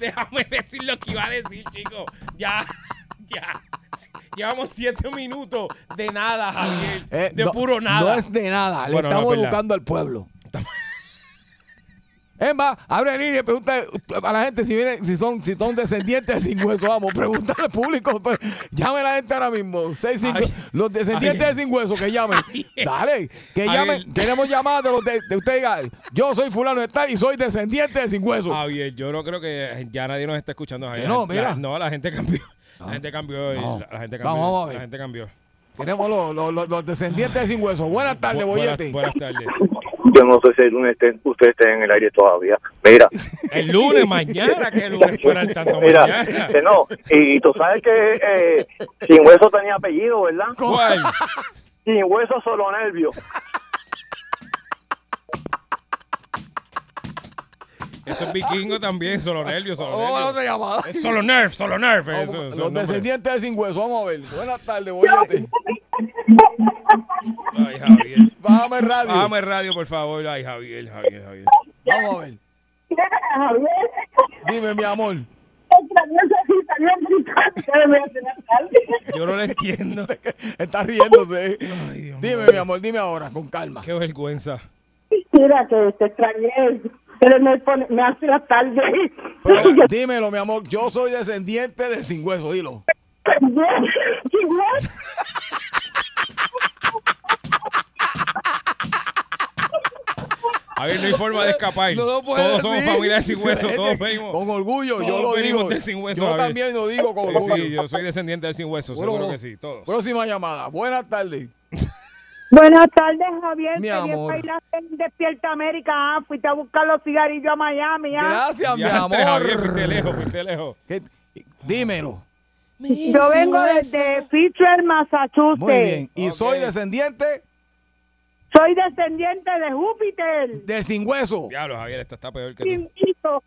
Speaker 8: Déjame decir lo que iba a decir, chico. Ya, ya. Llevamos siete minutos de nada, Javier.
Speaker 4: Eh,
Speaker 8: de
Speaker 4: no-
Speaker 8: puro nada.
Speaker 4: No es de nada. Le
Speaker 8: Bueno, no, pues
Speaker 4: estamos
Speaker 8: es verdad.
Speaker 4: educando al pueblo. Es más, abre línea y pregunta a la gente si viene, si son, si son descendientes de sin hueso. Vamos, pregúntale al público. pues, llame a la gente ahora mismo. Seis, cinco-
Speaker 8: Ay.
Speaker 4: los descendientes
Speaker 8: Ay.
Speaker 4: de sin hueso que llamen.
Speaker 8: Ay.
Speaker 4: Dale, que
Speaker 8: Ay.
Speaker 4: llamen. Tenemos llamadas de los de, de usted diga, yo soy fulano de tal y soy descendiente de sin hueso.
Speaker 8: Javier, yo no creo que ya nadie nos está escuchando. Javier. La-
Speaker 4: no, mira. Ah,
Speaker 8: no, la gente cambió. La gente cambió. el-
Speaker 4: No.
Speaker 8: La gente cambió.
Speaker 4: Vamos, vamos a ver.
Speaker 8: La gente cambió.
Speaker 4: Tenemos los, los- los- los descendientes de sin hueso. Buenas tardes,
Speaker 8: Bu-
Speaker 4: bollete.
Speaker 8: buenas, buenas tardes.
Speaker 13: Yo no sé si el lunes estén- ustedes estén en el aire todavía. Mira,
Speaker 8: El lunes, mañana, que el lunes fuera el tanto
Speaker 13: mira,
Speaker 8: mañana.
Speaker 13: que no. Y, tú sabes que eh, Sin Hueso tenía apellido, ¿verdad?
Speaker 8: ¿Cuál?
Speaker 13: Sin Hueso Solo Nervio.
Speaker 8: Eso es vikingo también, solo nervios, solo
Speaker 4: Vamos a la otra
Speaker 8: nervios.
Speaker 4: llamada.
Speaker 8: Es Solo nerf, solo nerf. eso-
Speaker 4: Oh, Vamos,
Speaker 8: esos
Speaker 4: los
Speaker 8: nombres.
Speaker 4: descendientes de sin hueso. Vamos a ver. Buenas tardes, bollete.
Speaker 8: Ay, Javier.
Speaker 4: Bájame el radio.
Speaker 8: Bájame el radio, por favor. Ay, Javier, Javier, Javier.
Speaker 4: Vamos a ver. Dime, mi amor.
Speaker 8: Yo no lo entiendo.
Speaker 4: Está riéndose.
Speaker 8: Ay, Dios
Speaker 4: Dime,
Speaker 8: mío.
Speaker 4: mi amor, dime ahora, con calma.
Speaker 8: Qué vergüenza.
Speaker 9: Mira que te extrañé, pero me, pone- me hace la tarde.
Speaker 4: Pero, dímelo, mi amor. Yo soy descendiente del sin hueso, dilo.
Speaker 8: A ver, no hay forma de escapar.
Speaker 4: No lo puedes
Speaker 8: todos somos
Speaker 4: decir.
Speaker 8: familia de sin hueso,
Speaker 4: Este,
Speaker 8: todos venimos.
Speaker 4: Con orgullo, yo
Speaker 8: todos
Speaker 4: lo
Speaker 8: venimos
Speaker 4: digo.
Speaker 8: de sin hueso,
Speaker 4: yo
Speaker 8: Javier.
Speaker 4: también lo digo con
Speaker 8: Sí,
Speaker 4: orgullo.
Speaker 8: sí, yo soy descendiente de sin hueso,
Speaker 4: Bueno,
Speaker 8: seguro que sí, todos.
Speaker 4: Próxima llamada. Buenas tardes.
Speaker 9: Buenas tardes, Javier.
Speaker 4: Mi
Speaker 9: Te vi
Speaker 4: amor.
Speaker 9: bailar en Despierta América. Ah, fuiste a buscar los cigarrillos a Miami. ah.
Speaker 4: Gracias, mi
Speaker 8: Ya, este, Javier, fuiste
Speaker 4: amor.
Speaker 8: lejos, fuiste lejos.
Speaker 4: ¿Qué- Dímelo.
Speaker 9: Yo vengo desde Pittsburgh, Massachusetts.
Speaker 4: Muy bien. Y
Speaker 8: Ok.
Speaker 4: soy descendiente
Speaker 9: Soy descendiente de Júpiter.
Speaker 4: del sin hueso.
Speaker 8: Diablo, Javier, esta está peor que tú.
Speaker 9: Sin hijo.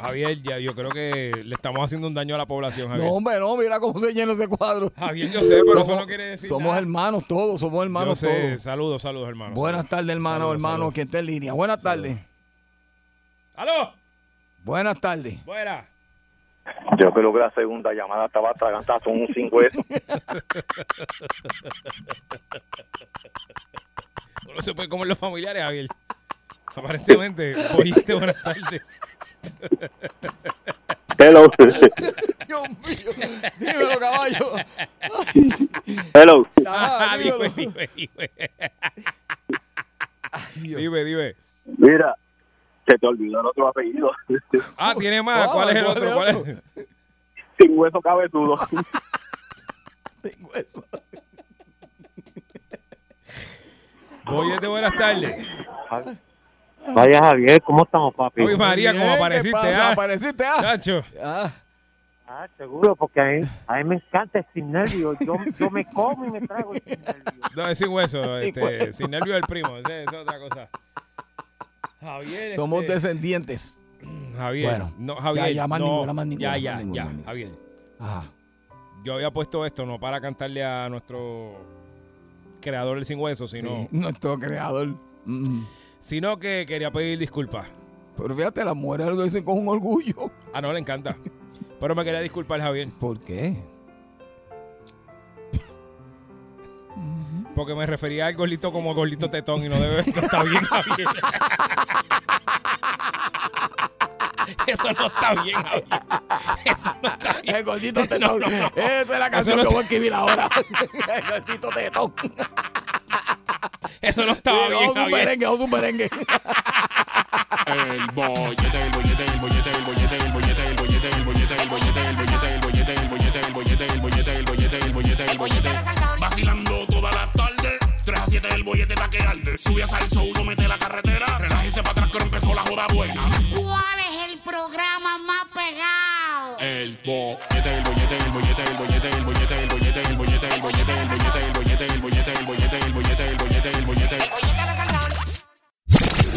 Speaker 8: Javier, ya, yo creo que le estamos haciendo un daño a la población,
Speaker 4: No,
Speaker 8: Javier.
Speaker 4: hombre, no, mira cómo se llena ese cuadro.
Speaker 8: Javier, yo sé, pero eso no quiere decir
Speaker 4: somos
Speaker 8: nada.
Speaker 4: hermanos todos, somos
Speaker 8: Yo
Speaker 4: hermanos
Speaker 8: sé,
Speaker 4: todos.
Speaker 8: saludos, saludos, hermano.
Speaker 4: Buenas tardes, hermano,
Speaker 8: Saludos,
Speaker 4: hermano,
Speaker 8: saludos.
Speaker 4: que esté en línea. Buenas tardes.
Speaker 8: ¡Aló!
Speaker 4: Buenas tardes.
Speaker 8: Buena.
Speaker 13: Yo creo que la segunda llamada estaba atragantada con un Sin Hueso.
Speaker 8: No se puede comer los familiares, Javier. Aparentemente. Oíste, buenas tardes.
Speaker 13: Hello.
Speaker 4: Dios mío. Dímelo, caballo.
Speaker 13: Hello.
Speaker 8: Ah,
Speaker 4: Ajá, Ah, dímelo.
Speaker 8: dime, dime, dime.
Speaker 4: Dios.
Speaker 8: Dime, dime.
Speaker 13: Mira, se te olvidó el otro apellido.
Speaker 8: Ah, tiene más.
Speaker 4: Ah,
Speaker 8: ¿Cuál es el otro? ¿Cuál es?
Speaker 13: Sin Hueso Cabezudo.
Speaker 4: Sin hueso.
Speaker 8: Boyete, buenas tardes.
Speaker 13: Vaya Javier, ¿cómo estamos, papi?
Speaker 8: Uy, María,
Speaker 4: Bien,
Speaker 8: como
Speaker 4: ¿qué
Speaker 8: apareciste,
Speaker 4: pasa?
Speaker 8: ¿ah?
Speaker 4: Apareciste, ah.
Speaker 8: Chacho.
Speaker 4: Ah,
Speaker 13: Ah, seguro, porque a mí, a mí me encanta el sin nervio. Yo, yo me como y me trago el sin nervio.
Speaker 8: No, es sin hueso. Este,
Speaker 4: hueso.
Speaker 8: sin nervio del primo. Ese- Esa es otra cosa. Javier.
Speaker 4: somos
Speaker 8: este,
Speaker 4: descendientes.
Speaker 8: Javier.
Speaker 4: Bueno,
Speaker 8: no, Javier.
Speaker 4: ya, más
Speaker 8: no,
Speaker 4: ninguna, más ninguna,
Speaker 8: Ya,
Speaker 4: más
Speaker 8: ya,
Speaker 4: ninguna,
Speaker 8: ya.
Speaker 4: más ninguna.
Speaker 8: Javier.
Speaker 4: Ajá.
Speaker 8: Yo había puesto esto no para cantarle a nuestro creador del sin hueso, sino.
Speaker 4: Sí, Nuestro creador. Mm.
Speaker 8: sino que quería pedir disculpas.
Speaker 4: Pero fíjate, las mujeres lo dicen con un orgullo.
Speaker 8: Ah, no, le encanta. Pero me quería disculpar, Javier,
Speaker 4: ¿Por qué?
Speaker 8: porque me refería al gordito como gordito tetón y no debe no está bien, Javier.
Speaker 4: Eso no está bien, Javier. Eso no está bien.
Speaker 3: El gordito tetón. Esa es la
Speaker 4: Eso
Speaker 3: canción
Speaker 4: no
Speaker 3: que voy a
Speaker 4: está-
Speaker 3: escribir ahora. El gordito tetón.
Speaker 4: Eso no estaba
Speaker 3: Sí,
Speaker 4: bien,
Speaker 3: vamos a un
Speaker 4: Javier.
Speaker 3: Eh, merengue, vamos a un merengue.
Speaker 2: El bollete, el bollete, el bollete, el bollete, el bollete, el bollete, el bollete, el bollete, el bollete, el bollete, el bollete, el bollete, el bollete, el bollete, el bollete, el bollete. Vacilando toda la tarde, 3 a 7 el bollete pa' que arde. Sube a salso, uno mete la carretera, relájese para atrás que ahora empezó la joda buena.
Speaker 9: ¿Cuál es el programa más pegado?
Speaker 2: El bollete, el bollete, el bollete, el bollete, el bollete, el bollete, el bollete, el bollete, el bollete, el bollete, el bollete, el bollete, el bollete, el bollete, el bollete.